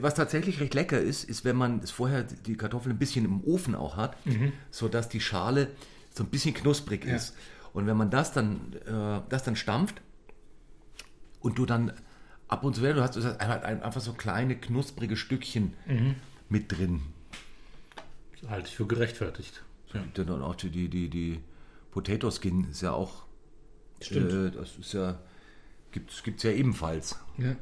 S1: was tatsächlich recht lecker ist, ist, wenn man es vorher die Kartoffeln ein bisschen im Ofen auch hat, sodass die Schale so ein bisschen knusprig
S2: Mhm. Ja.
S1: ist. Und wenn man das dann, äh, das dann stampft und du dann ab und zu wieder, du hast du hast ein- ein- einfach so kleine knusprige Stückchen
S2: Mhm.
S1: mit drin.
S2: Halte ich für gerechtfertigt. Ja.
S1: Dann auch die, die, die, die Potato Skin ist ja auch, äh, das ist ja, gibt es ja ebenfalls.
S2: Ja.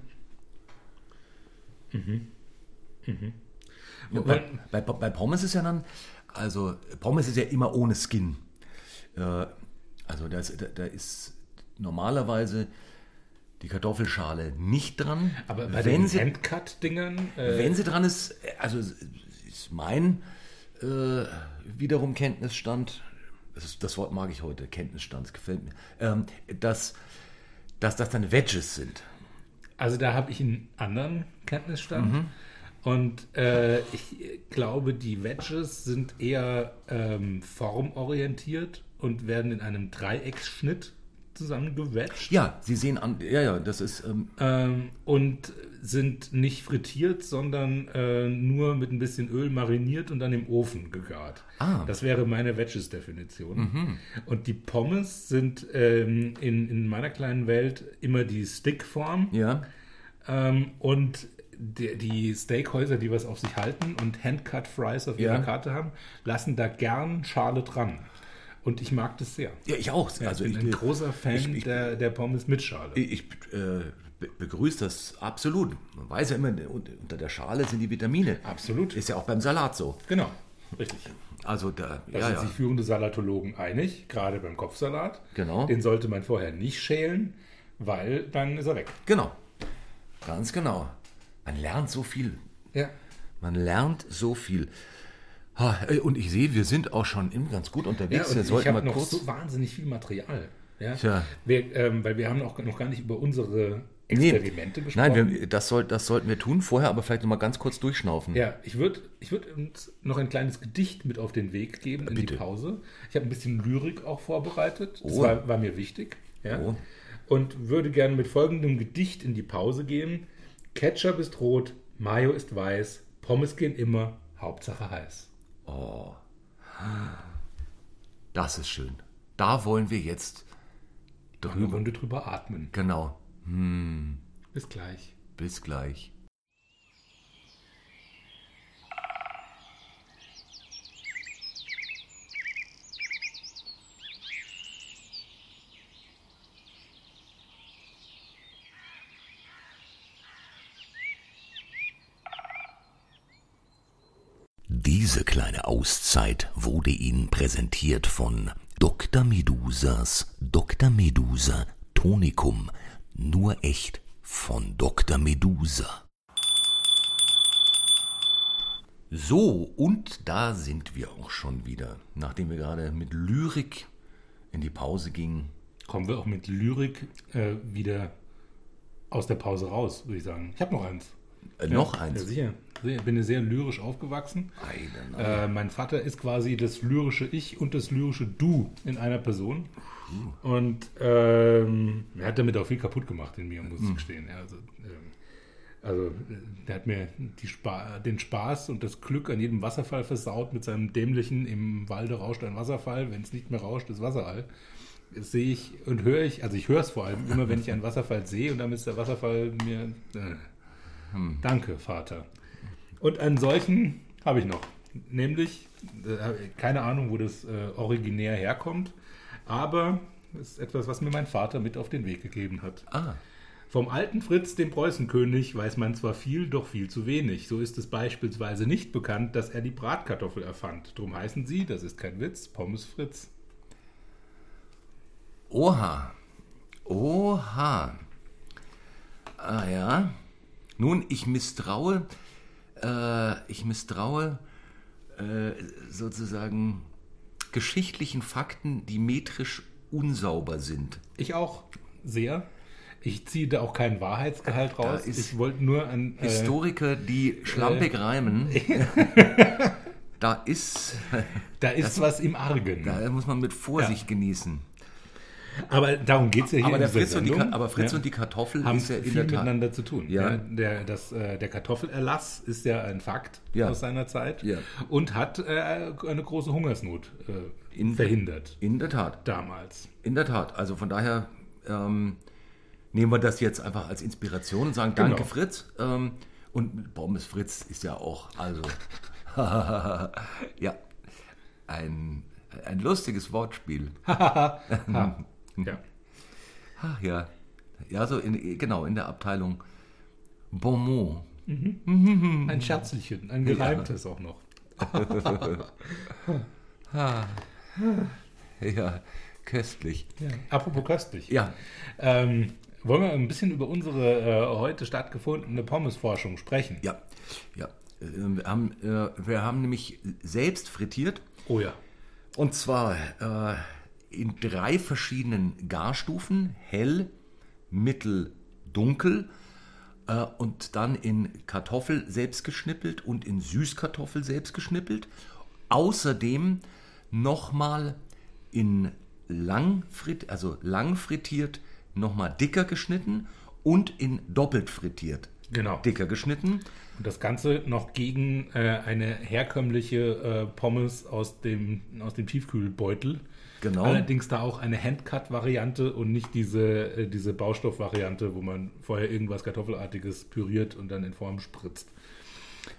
S1: Ja, bei, bei, bei Pommes ist ja dann, also Pommes ist ja immer ohne Skin. Äh, also da ist, da, da ist normalerweise die Kartoffelschale nicht dran.
S2: Aber bei
S1: wenn,
S2: den
S1: sie,
S2: Handcut-Dingern, äh,
S1: wenn sie dran ist, also ist mein äh, wiederum Kenntnisstand, das, ist, das Wort mag ich heute, Kenntnisstand, das gefällt mir, ähm, dass, dass das dann Wedges sind.
S2: also da habe ich einen anderen Kenntnisstand.
S1: Mhm.
S2: Und äh, ich glaube, die Wedges sind eher ähm, formorientiert und werden in einem Dreiecksschnitt zusammengewetscht
S1: Ja, sie sehen an, ja, ja, das ist, ähm,
S2: ähm, und sind nicht frittiert, sondern äh, nur mit ein bisschen Öl mariniert und dann im Ofen gegart.
S1: Ah. Mhm.
S2: Das wäre meine Wedges-Definition. Und die Pommes sind ähm, in, in meiner kleinen Welt immer die Stickform.
S1: ja,
S2: Ähm, und die, die Steakhäuser, die was auf sich halten und Handcut Fries auf ihrer
S1: Ja.
S2: Karte haben, lassen da gern Schale dran. Und ich mag das sehr.
S1: Ja, ich auch. also
S2: ich bin ein
S1: ich,
S2: großer Fan
S1: ich- ich-
S2: der, der Pommes mit Schale.
S1: Ich, ich äh, be- begrüße das absolut. Man weiß ja immer, un- unter der Schale sind die Vitamine.
S2: Absolut.
S1: Ist ja auch beim Salat so.
S2: genau, richtig.
S1: Also da,
S2: Da
S1: ja,
S2: sind
S1: ja.
S2: sich führende Salatologen einig, gerade beim Kopfsalat.
S1: Genau.
S2: Den sollte man vorher nicht schälen, weil dann ist er weg.
S1: Genau. Ganz genau. Man lernt so viel.
S2: Ja.
S1: Man lernt so viel. Ha, äh, Und ich sehe, wir sind auch schon im- ganz gut
S2: Ja,
S1: unterwegs.
S2: und
S1: Jetzt
S2: ich
S1: sollten
S2: habe
S1: wir
S2: noch
S1: kurz.
S2: so wahnsinnig viel Material. Ja?
S1: Tja.
S2: Wir, ähm, weil wir haben auch noch gar nicht über unsere
S1: Nee.
S2: Experimente gesprochen.
S1: Nein, wir, das, soll, das sollten wir tun. Vorher aber vielleicht noch mal ganz kurz durchschnaufen.
S2: Ja, ich würde ich würd uns noch ein kleines Gedicht mit auf den Weg geben in
S1: Bitte.
S2: die Pause. Ich habe ein bisschen Lyrik auch vorbereitet. Das
S1: Oh.
S2: war, war mir wichtig. Ja.
S1: Oh.
S2: Und würde gerne mit folgendem Gedicht in die Pause gehen. Ketchup ist rot, Mayo ist weiß, Pommes gehen immer, Hauptsache heiß.
S1: Oh. Das ist schön. Da wollen wir jetzt
S2: Eine
S1: drüber.
S2: Runde drüber atmen.
S1: Genau.
S2: Bis gleich.
S1: Bis gleich.
S3: Diese kleine Auszeit wurde Ihnen präsentiert von Dr. Medusas Dr. Medusa Tonikum. Nur echt von Dr. Medusa.
S1: So, und da sind wir auch schon wieder. Nachdem wir gerade mit Lyrik in die Pause gingen.
S2: Kommen wir auch mit Lyrik äh, wieder aus der Pause raus, würde ich sagen. Ich habe noch eins.
S1: Äh, noch
S2: Ja,
S1: eins.
S2: sicher. Ich bin sehr lyrisch aufgewachsen.
S1: Einen.
S2: Äh, mein Vater ist quasi das lyrische Ich und das lyrische Du in einer Person. Und ähm, er hat damit auch viel kaputt gemacht in mir, muss ich gestehen. Ja, Also, ähm, also äh, der hat mir die Spa den Spaß und das Glück an jedem Wasserfall versaut mit seinem dämlichen im Walde rauscht ein Wasserfall, wenn es nicht mehr rauscht, ist Wasserall. Das sehe ich und höre ich, also ich höre es vor allem immer, wenn ich einen Wasserfall sehe und damit ist der Wasserfall mir. Äh. Danke, Vater. Und einen solchen habe ich noch. Nämlich, äh, keine Ahnung, wo das äh, originär herkommt, aber es ist etwas, was mir mein Vater mit auf den Weg gegeben hat.
S1: Ah,
S2: Vom alten Fritz, dem Preußenkönig, weiß man zwar viel, doch viel zu wenig. So ist es beispielsweise nicht bekannt, dass er die Bratkartoffel erfand. Drum heißen sie, das ist kein Witz, Pommes Fritz.
S1: oha. Oha. Ah ja. Nun, ich misstraue, äh, ich misstraue äh, sozusagen geschichtlichen Fakten, die metrisch unsauber sind.
S2: Ich auch sehr. Ich ziehe da auch keinen Wahrheitsgehalt raus.
S1: ist-
S2: ich wollte nur an. äh,
S1: Historiker, die schlampig reimen, da ist,
S2: da ist was im Argen.
S1: da muss man mit Vorsicht genießen.
S2: Aber darum geht es ja hier
S1: Aber
S2: in
S1: der
S2: dieser
S1: Fritz, und die, Ka-
S2: Sendung.
S1: aber Fritz
S2: ja,
S1: und die Kartoffel
S2: haben
S1: ist ja in
S2: viel
S1: der Tat.
S2: miteinander zu tun.
S1: Ja.
S2: der, das, äh, der Kartoffelerlass ist ja ein Fakt
S1: Ja.
S2: aus seiner Zeit
S1: Ja.
S2: und hat äh, eine große Hungersnot äh,
S1: In-
S2: verhindert
S1: In der Tat,
S2: damals.
S1: in der Tat. Also von daher ähm, nehmen wir das jetzt einfach als Inspiration und sagen Danke
S2: Genau.
S1: Fritz. Ähm, und Bommes Fritz ist ja auch, also, ja, ein, ein lustiges Wortspiel. Hm.
S2: Ja.
S1: Ach ja. Ja, so in, genau, in der Abteilung Bonmot.
S2: Ein Scherzchen, ein gereimtes auch noch.
S1: Ja, köstlich.
S2: Ja. Apropos köstlich.
S1: Ja,
S2: Ähm, wollen wir ein bisschen über unsere äh, heute stattgefundene Pommesforschung sprechen?
S1: ja, ja. Ähm, Wir haben, äh, wir haben nämlich selbst frittiert
S2: Oh ja.
S1: und zwar äh, in drei verschiedenen Garstufen: hell, mittel, dunkel äh, und dann in Kartoffel selbst geschnippelt und in Süßkartoffel selbst geschnippelt. Außerdem nochmal in lang, frit also lang frittiert, nochmal dicker geschnitten und in doppelt frittiert.
S2: Genau.
S1: dicker geschnitten.
S2: Und das Ganze noch gegen äh, eine herkömmliche äh, Pommes aus dem, aus dem Tiefkühlbeutel,
S1: Genau.
S2: Allerdings da auch eine Handcut-Variante und nicht diese, äh, diese Baustoff-Variante, wo man vorher irgendwas Kartoffelartiges püriert und dann in Form spritzt.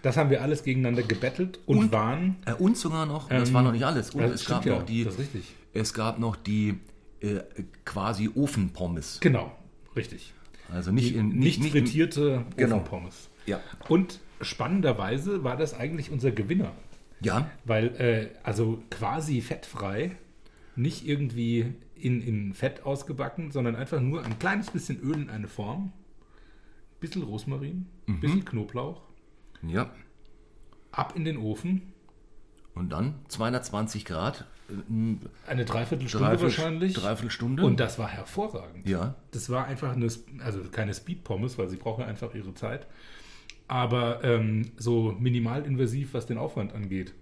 S2: Das haben wir alles gegeneinander gebettelt und,
S1: Und-
S2: waren.
S1: Äh, und sogar noch, das
S2: Ähm,
S1: war noch nicht alles, und
S2: das
S1: es,
S2: stimmt
S1: gab
S2: ja,
S1: noch die,
S2: das ist richtig.
S1: es gab noch die äh, quasi Ofenpommes.
S2: Genau, richtig.
S1: Also nicht, in,
S2: Nicht,
S1: nicht, nicht
S2: frittierte
S1: Genau.
S2: Ofenpommes.
S1: Ja.
S2: Und spannenderweise war das eigentlich unser Gewinner.
S1: Ja,
S2: Weil, äh, also quasi fettfrei, nicht irgendwie in, in Fett ausgebacken, sondern einfach nur ein kleines bisschen Öl in eine Form, bisschen Rosmarin,
S1: Mhm.
S2: bisschen Knoblauch,
S1: ja.
S2: ab in den Ofen,
S1: Und dann 220 Grad,
S2: eine Dreiviertelstunde
S1: dreiviertel,
S2: wahrscheinlich.
S1: Dreiviertelstunde.
S2: Und das war hervorragend.
S1: ja,
S2: Das war einfach eine, Sp- also keine Speed-Pommes, weil sie brauchen einfach ihre Zeit, aber ähm, so minimalinvasiv, was den Aufwand angeht.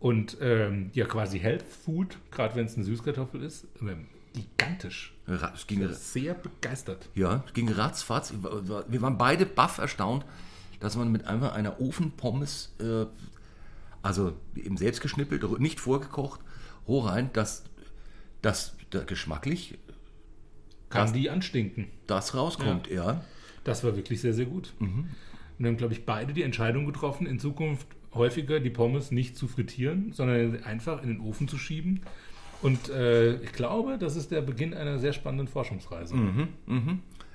S2: Und ähm, ja, quasi Health Food, gerade wenn es eine Süßkartoffel ist, ähm, gigantisch. Also
S1: ra- es ging,
S2: Sehr begeistert.
S1: ja, es ging ratzfatz. Wir waren beide baff erstaunt, dass man mit einfach einer Ofenpommes, äh, also eben selbst geschnippelt, nicht vorgekocht, roh rein, dass das da geschmacklich
S2: Kann
S1: Das-
S2: die anstinken.
S1: das rauskommt, ja.
S2: Das war wirklich sehr, sehr gut. Und dann glaube ich, beide die Entscheidung getroffen, in Zukunft häufiger die Pommes nicht zu frittieren, sondern einfach in den Ofen zu schieben. Und äh, ich glaube, das ist der Beginn einer sehr spannenden Forschungsreise.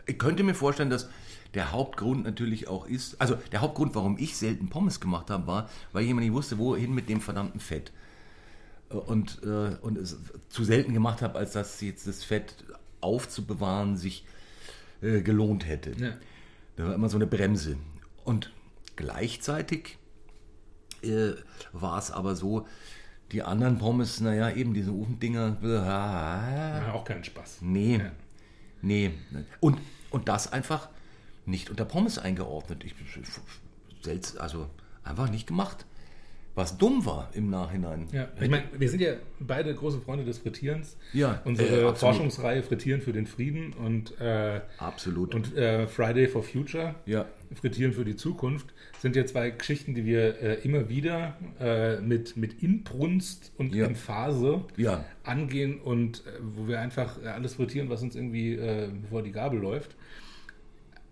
S1: Ich könnte mir vorstellen, dass der Hauptgrund natürlich auch ist, also der Hauptgrund, warum ich selten Pommes gemacht habe, war, weil jemand nicht wusste, wohin mit dem verdammten Fett. Äh, Und, äh, und es zu selten gemacht habe, als dass jetzt das Fett aufzubewahren sich äh, gelohnt hätte.
S2: Ja.
S1: Da war immer so eine Bremse. Und gleichzeitig äh, war es aber so, die anderen Pommes, naja, eben diese Ofendinger, äh,
S2: Ja, auch keinen Spaß.
S1: Nee.
S2: Ja.
S1: Nee. Und, und das einfach nicht unter Pommes eingeordnet. Ich, selbst, also einfach nicht gemacht. Was dumm war im Nachhinein.
S2: Ja, ich meine, wir sind ja beide große Freunde des Frittierens.
S1: Ja, äh,
S2: Unsere
S1: absolut.
S2: Forschungsreihe Frittieren für den Frieden und, äh,
S1: Absolut.
S2: und äh, Friday for Future,
S1: ja.
S2: Frittieren für die Zukunft, sind ja zwei Geschichten, die wir äh, immer wieder äh, mit, mit Inbrunst und
S1: Ja.
S2: Emphase
S1: Ja.
S2: angehen und äh, wo wir einfach äh, alles frittieren, was uns irgendwie äh, vor die Gabel läuft.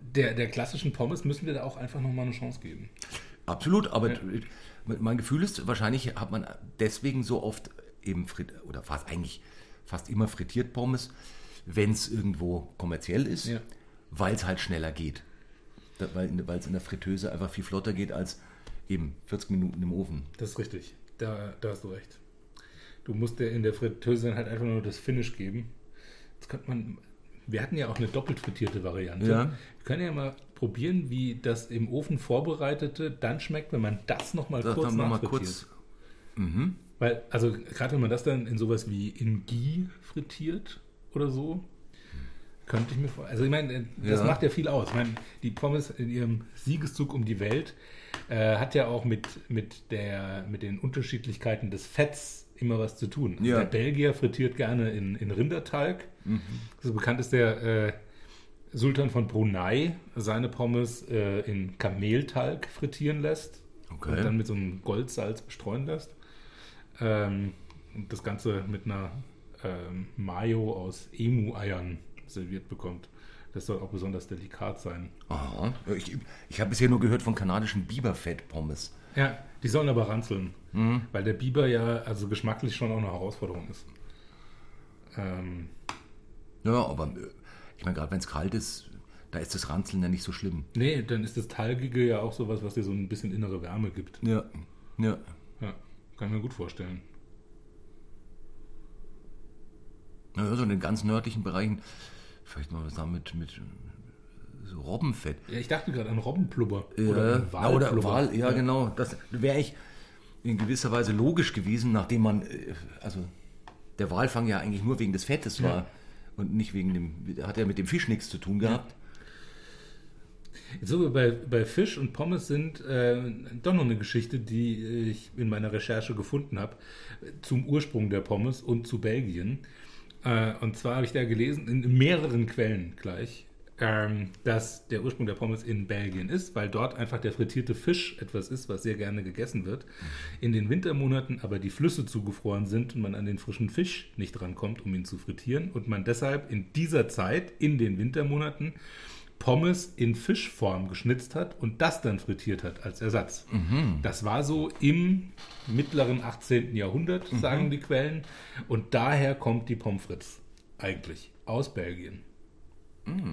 S2: Der, der klassischen Pommes müssen wir da auch einfach nochmal eine Chance geben.
S1: Absolut, aber d- mein Gefühl ist, wahrscheinlich hat man deswegen so oft eben frit oder fast eigentlich fast immer frittiert Pommes, wenn es irgendwo kommerziell ist,
S2: Ja.
S1: weil es halt schneller geht. Da- Weil es in der Fritteuse einfach viel flotter geht als eben 40 Minuten im Ofen.
S2: Das ist richtig. Da, da hast du recht. Du musst dir in der Fritteuse dann halt einfach nur das Finish geben. Jetzt könnte man. Wir hatten ja auch eine doppelt frittierte Variante.
S1: Ja.
S2: Wir können ja mal probieren, wie das im Ofen vorbereitete dann schmeckt, wenn man das nochmal
S1: Das
S2: kurz
S1: dann nochmal
S2: nachfrittiert.
S1: kurz.
S2: Weil, also gerade wenn man das dann in sowas wie in Ghee frittiert oder so, könnte ich mir vorstellen. Also ich meine, das
S1: Ja.
S2: macht ja viel aus. Ich meine, die Pommes in ihrem Siegeszug um die Welt äh, hat ja auch mit, mit, der, mit den Unterschiedlichkeiten des Fetts immer was zu tun. Also
S1: Ja. Mhm.
S2: Der Belgier frittiert gerne in, in Rinderteig. So bekannt ist der äh, Sultan von Brunei seine Pommes äh, in Kameltalg frittieren lässt
S1: Okay.
S2: und dann mit so einem Goldsalz bestreuen lässt. Ähm, und das Ganze mit einer ähm, Mayo aus Emu-Eiern serviert bekommt. Das soll auch besonders delikat sein.
S1: Aha. Ich, ich habe bisher nur gehört von kanadischen Biberfett-Pommes.
S2: Ja, die sollen aber ranzeln, weil der Biber ja also geschmacklich schon auch eine Herausforderung ist. Ähm,
S1: Ja, aber äh, ich meine, gerade wenn es kalt ist, da ist das Ranzeln ja nicht so schlimm.
S2: nee, dann ist das Talgige ja auch sowas, was dir so ein bisschen innere Wärme gibt.
S1: Ja, ja.
S2: Ja, kann ich mir gut vorstellen.
S1: Naja, so also in den ganz nördlichen Bereichen, vielleicht mal was damit mit äh, so Robbenfett.
S2: Ja, ich dachte gerade an Robbenplubber.
S1: ja,
S2: an
S1: na, oder
S2: Walplubber.
S1: Wal, ja, genau. Das wäre ich in gewisser Weise logisch gewesen, nachdem man, äh, also der Walfang ja eigentlich nur wegen des Fettes war und nicht wegen dem, hat ja mit dem Fisch nichts zu tun gehabt.
S2: Jetzt, wo wir bei, bei Fisch und Pommes sind, äh, doch noch eine Geschichte, die ich in meiner Recherche gefunden habe, zum Ursprung der Pommes und zu Belgien. Äh, und zwar habe ich da gelesen, in mehreren Quellen gleich, ähm, dass der Ursprung der Pommes in Belgien ist, weil dort einfach der frittierte Fisch etwas ist, was sehr gerne gegessen wird. In den Wintermonaten aber die Flüsse zugefroren sind und man an den frischen Fisch nicht rankommt, um ihn zu frittieren und man deshalb in dieser Zeit, in den Wintermonaten, Pommes in Fischform geschnitzt hat und das dann frittiert hat als Ersatz.
S1: Mhm.
S2: Das war so im mittleren 18.
S1: Mhm.
S2: Jahrhundert, sagen die Quellen. Und daher kommt die Pommes frites eigentlich aus Belgien.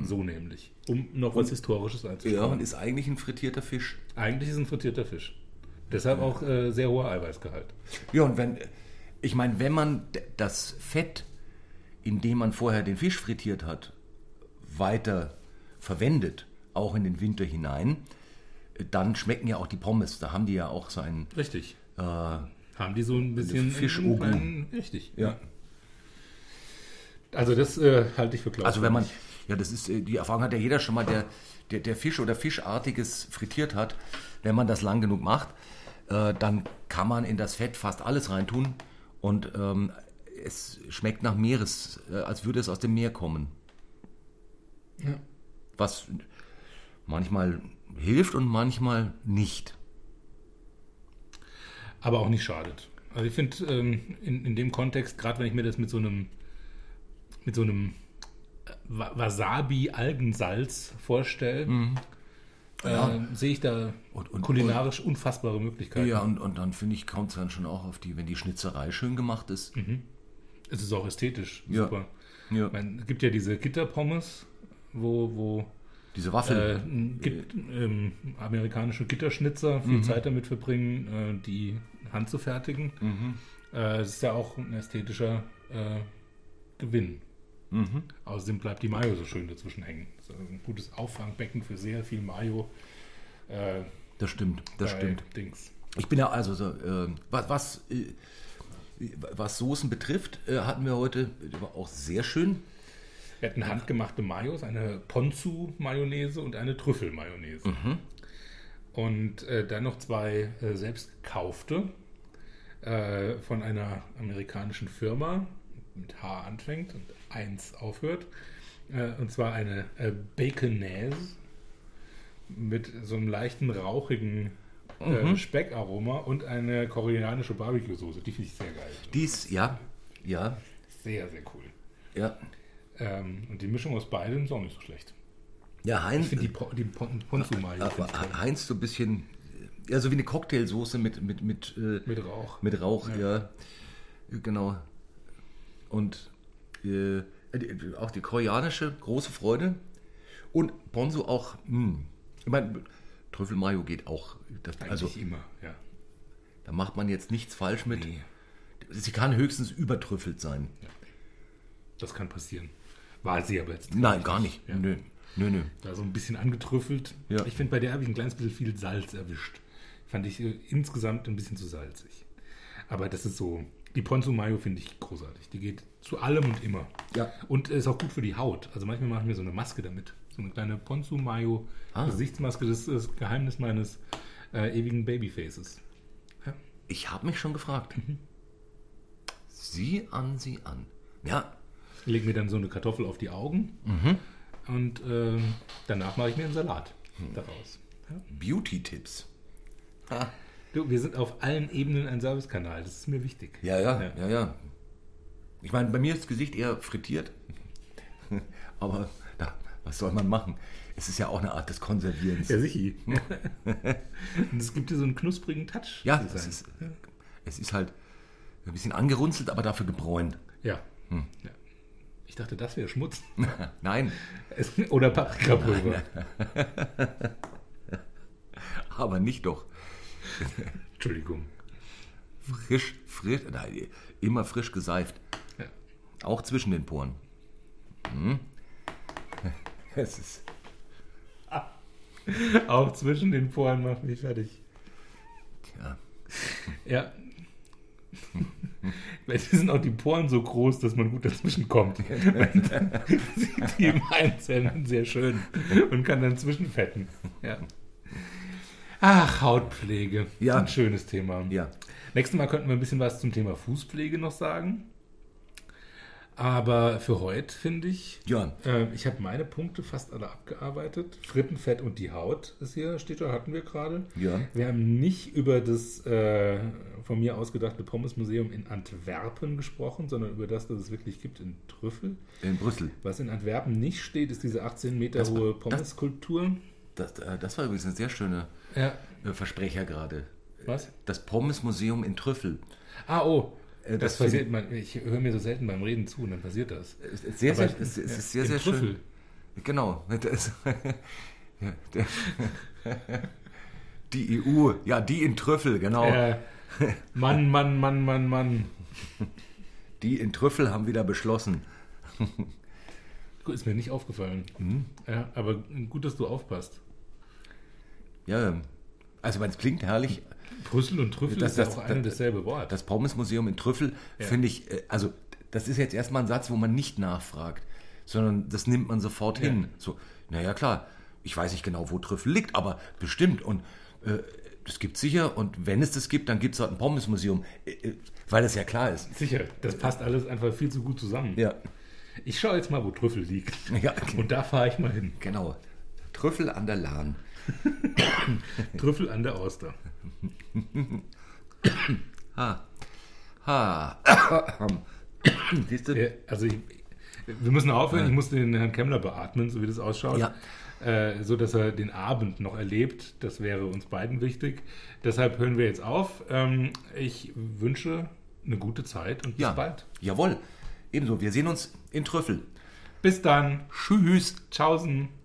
S2: So nämlich. Um noch was Historisches
S1: Mhm. Ja,
S2: einzuführen.
S1: und ist eigentlich ein frittierter Fisch.
S2: Eigentlich ist es ein frittierter Fisch. Deshalb auch äh, sehr hoher Eiweißgehalt.
S1: Ja, und wenn, ich meine, wenn man d- das Fett, in dem man vorher den Fisch frittiert hat, weiter verwendet, auch in den Winter hinein, äh, dann schmecken ja auch die Pommes. Da haben die ja auch so einen.
S2: Richtig.
S1: Äh,
S2: Haben die so ein bisschen.
S1: Fischogu.
S2: einen- Richtig.
S1: Ja.
S2: Also das äh, halte ich für klar.
S1: also wenn man, ja, das ist äh, die Erfahrung hat ja jeder schon mal, der, der, der Fisch oder Fischartiges frittiert hat. Wenn man das lang genug macht, äh, dann kann man in das Fett fast alles reintun und ähm, es schmeckt nach Meeres, äh, als würde es aus dem Meer kommen. Was manchmal hilft und manchmal nicht.
S2: aber auch nicht schadet. Also ich finde ähm, in, in dem Kontext, gerade wenn ich mir das mit so einem mit so einem äh, Wa- Wasabi-Algensalz vorstelle, ähm, sehe ich da
S1: Mhm. Und- und-
S2: kulinarisch unfassbare Möglichkeiten.
S1: Ja, und, und dann finde ich, kommt es dann schon auch auf die, wenn die Schnitzerei schön gemacht ist.
S2: Mhm. Es ist auch ästhetisch
S1: Ja.
S2: super.
S1: Ja.
S2: Ich mein, es gibt ja diese Gitterpommes, wo, wo
S1: Diese
S2: äh,
S1: Waffel.
S2: n- gibt, ähm, amerikanische Gitterschnitzer
S1: Mhm.
S2: viel Zeit damit verbringen, äh, die Hand zu fertigen.
S1: Mhm.
S2: Äh, es ist ja auch ein ästhetischer äh, Gewinn.
S1: Mhm.
S2: Außerdem bleibt die Mayo so schön dazwischen hängen. Das ist ein gutes Auffangbecken für sehr viel Mayo. Äh,
S1: das stimmt, das
S2: bei
S1: stimmt.
S2: Dings.
S1: Ich bin ja also so, äh, was, was, äh, was Soßen betrifft, äh, hatten wir heute, die war auch sehr schön.
S2: Wir hatten handgemachte Mayos, eine Ponzu-Mayonnaise und eine Trüffel-Mayonnaise. Und äh, dann noch zwei äh, selbst gekaufte äh, von einer amerikanischen Firma mit H anfängt und eins aufhört. Äh, und zwar eine äh, Baconaise mit so einem leichten rauchigen äh, Speckaroma und eine koreanische Barbecue-Soße. Die finde ich sehr geil.
S1: Dies, ja, ja,
S2: Sehr, sehr cool.
S1: ja.
S2: Ähm, und die Mischung aus beidem ist auch nicht so schlecht.
S1: Ja,
S2: Ich
S1: Heinz,
S2: finde die, Po- die Pon Ponzu-Mayo
S1: äh,
S2: finde ich toll.
S1: Heinz so ein bisschen, ja, so wie eine Cocktailsoße mit, mit, mit, äh,
S2: mit Rauch.
S1: Mit Rauch, ja. Genau. Und äh, die- auch die koreanische, große Freude. Und Bonzo auch, mh. ich meine, Trüffelmayo geht auch. Das,
S2: Eigentlich
S1: also
S2: immer, ja.
S1: da macht man jetzt nichts falsch mit. Sie kann höchstens übertrüffelt sein.
S2: Das kann passieren. War sie aber jetzt.
S1: Nein, gar nicht. Nö, nö, nö.
S2: Da so ein bisschen angetrüffelt.
S1: Ja.
S2: Ich finde, bei der habe ich ein kleines bisschen viel Salz erwischt. Fand ich äh, insgesamt ein bisschen zu salzig. Aber das ist so. Die Ponzu Mayo finde ich großartig. Die geht zu allem und immer.
S1: Ja.
S2: Und äh, ist auch gut für die Haut. Also manchmal mache ich mir so eine Maske damit. So eine kleine Ponzu Mayo
S1: Ah.
S2: Gesichtsmaske. Das ist das Geheimnis meines äh, ewigen Babyfaces.
S1: Ich habe mich schon gefragt. Sie an, sie an. Ja,
S2: lege mir dann so eine Kartoffel auf die Augen
S1: Mhm.
S2: und ähm, danach mache ich mir einen Salat
S1: Mhm.
S2: daraus. Ja.
S1: Beauty-Tipps.
S2: Ah. Du, wir sind auf allen Ebenen ein Servicekanal, das ist mir wichtig.
S1: Ja, ja,
S2: Ja.
S1: ja, ja. Ich meine, bei mir ist das Gesicht eher frittiert. Aber da, was soll man machen? Es ist ja auch eine Art des Konservierens.
S2: Ja, sicher. und es gibt dir so einen knusprigen Touch.
S1: Ja,
S2: Design.
S1: es ist, es ist halt ein bisschen angerunzelt, aber dafür gebräunt.
S2: ja.
S1: Mhm.
S2: ja. Ich dachte, das wäre Schmutz.
S1: Nein,
S2: Es- Oder Paprikapulver.
S1: aber nicht doch.
S2: Entschuldigung.
S1: Frisch, frisch, nein, immer frisch geseift.
S2: Ja.
S1: Auch zwischen den Poren. Hm. Es ist.
S2: Auch zwischen den Poren macht mich fertig.
S1: Ja.
S2: Ja. Weil die sind auch die Poren so groß, dass man gut dazwischen kommt. Sieht die im Einzelnen sehr schön und kann dann zwischenfetten. Ja. Ach, Hautpflege.
S1: Ja.
S2: Ein schönes Thema.
S1: ja.
S2: Nächstes Mal könnten wir ein bisschen was zum Thema Fußpflege noch sagen. Aber für heute finde ich,
S1: Ja.
S2: äh, ich habe meine Punkte fast alle abgearbeitet. Frittenfett und die Haut ist hier, steht da, hatten wir gerade.
S1: Ja.
S2: Wir haben nicht über das äh, von mir ausgedachte Pommesmuseum in Antwerpen gesprochen, sondern über das, das es wirklich gibt in Trüffel.
S1: In Brüssel.
S2: Was in Antwerpen nicht steht, ist diese 18 Meter
S1: Das war-
S2: hohe Pommeskultur.
S1: Das, äh, das war übrigens ein sehr schöner
S2: Ja.
S1: äh, Versprecher gerade.
S2: Was?
S1: Das Pommesmuseum in Trüffel.
S2: Ah, oh.
S1: Äh,
S2: das
S1: das
S2: passiert, man, ich höre mir so selten beim Reden zu und dann passiert das.
S1: Es ist sehr,
S2: Aber
S1: sehr, es ist es ist sehr,
S2: in
S1: sehr
S2: Trüffel. Äh,
S1: schön. Genau. Das, ja, der, die EU, ja, die in Trüffel, genau.
S2: Äh, Mann, Mann, Mann, Mann, Mann.
S1: Die in Trüffel haben wieder beschlossen.
S2: Gut, Ist mir nicht aufgefallen.
S1: Mhm.
S2: Ja, aber gut, dass du aufpasst.
S1: Ja, also man, es klingt herrlich.
S2: Brüssel und Trüffel
S1: Das-
S2: ist ja
S1: das-
S2: auch ein und
S1: das-
S2: dasselbe Wort.
S1: Das Pommesmuseum in Trüffel finde ich, äh, also das ist jetzt erstmal ein Satz, wo man nicht nachfragt, sondern das nimmt man sofort hin. So, naja, klar, ich weiß nicht genau, wo Trüffel liegt, aber bestimmt. Und äh, das gibt sicher. Und wenn es das gibt, dann gibt es halt ein Pommesmuseum, äh, äh, weil das ja klar ist.
S2: Sicher, das passt alles einfach viel zu gut zusammen.
S1: Ja,
S2: Ich schaue jetzt mal, wo Trüffel liegt.
S1: ja
S2: Und da fahre ich mal hin.
S1: genau. Trüffel an der Lahn.
S2: Trüffel an der Oster.
S1: Ha. Siehst du?
S2: Ja, also ich, wir müssen aufhören. Ich muss den Herrn Kemmler beatmen, so wie das ausschaut.
S1: Ja.
S2: Äh, so dass er den Abend noch erlebt. Das wäre uns beiden wichtig. Deshalb hören wir jetzt auf. Ähm, ich wünsche eine gute Zeit und bis
S1: ja.
S2: bald.
S1: Jawohl. Ebenso, wir sehen uns in Trüffel.
S2: Bis dann.
S1: Tschüss.
S2: Tschaußen.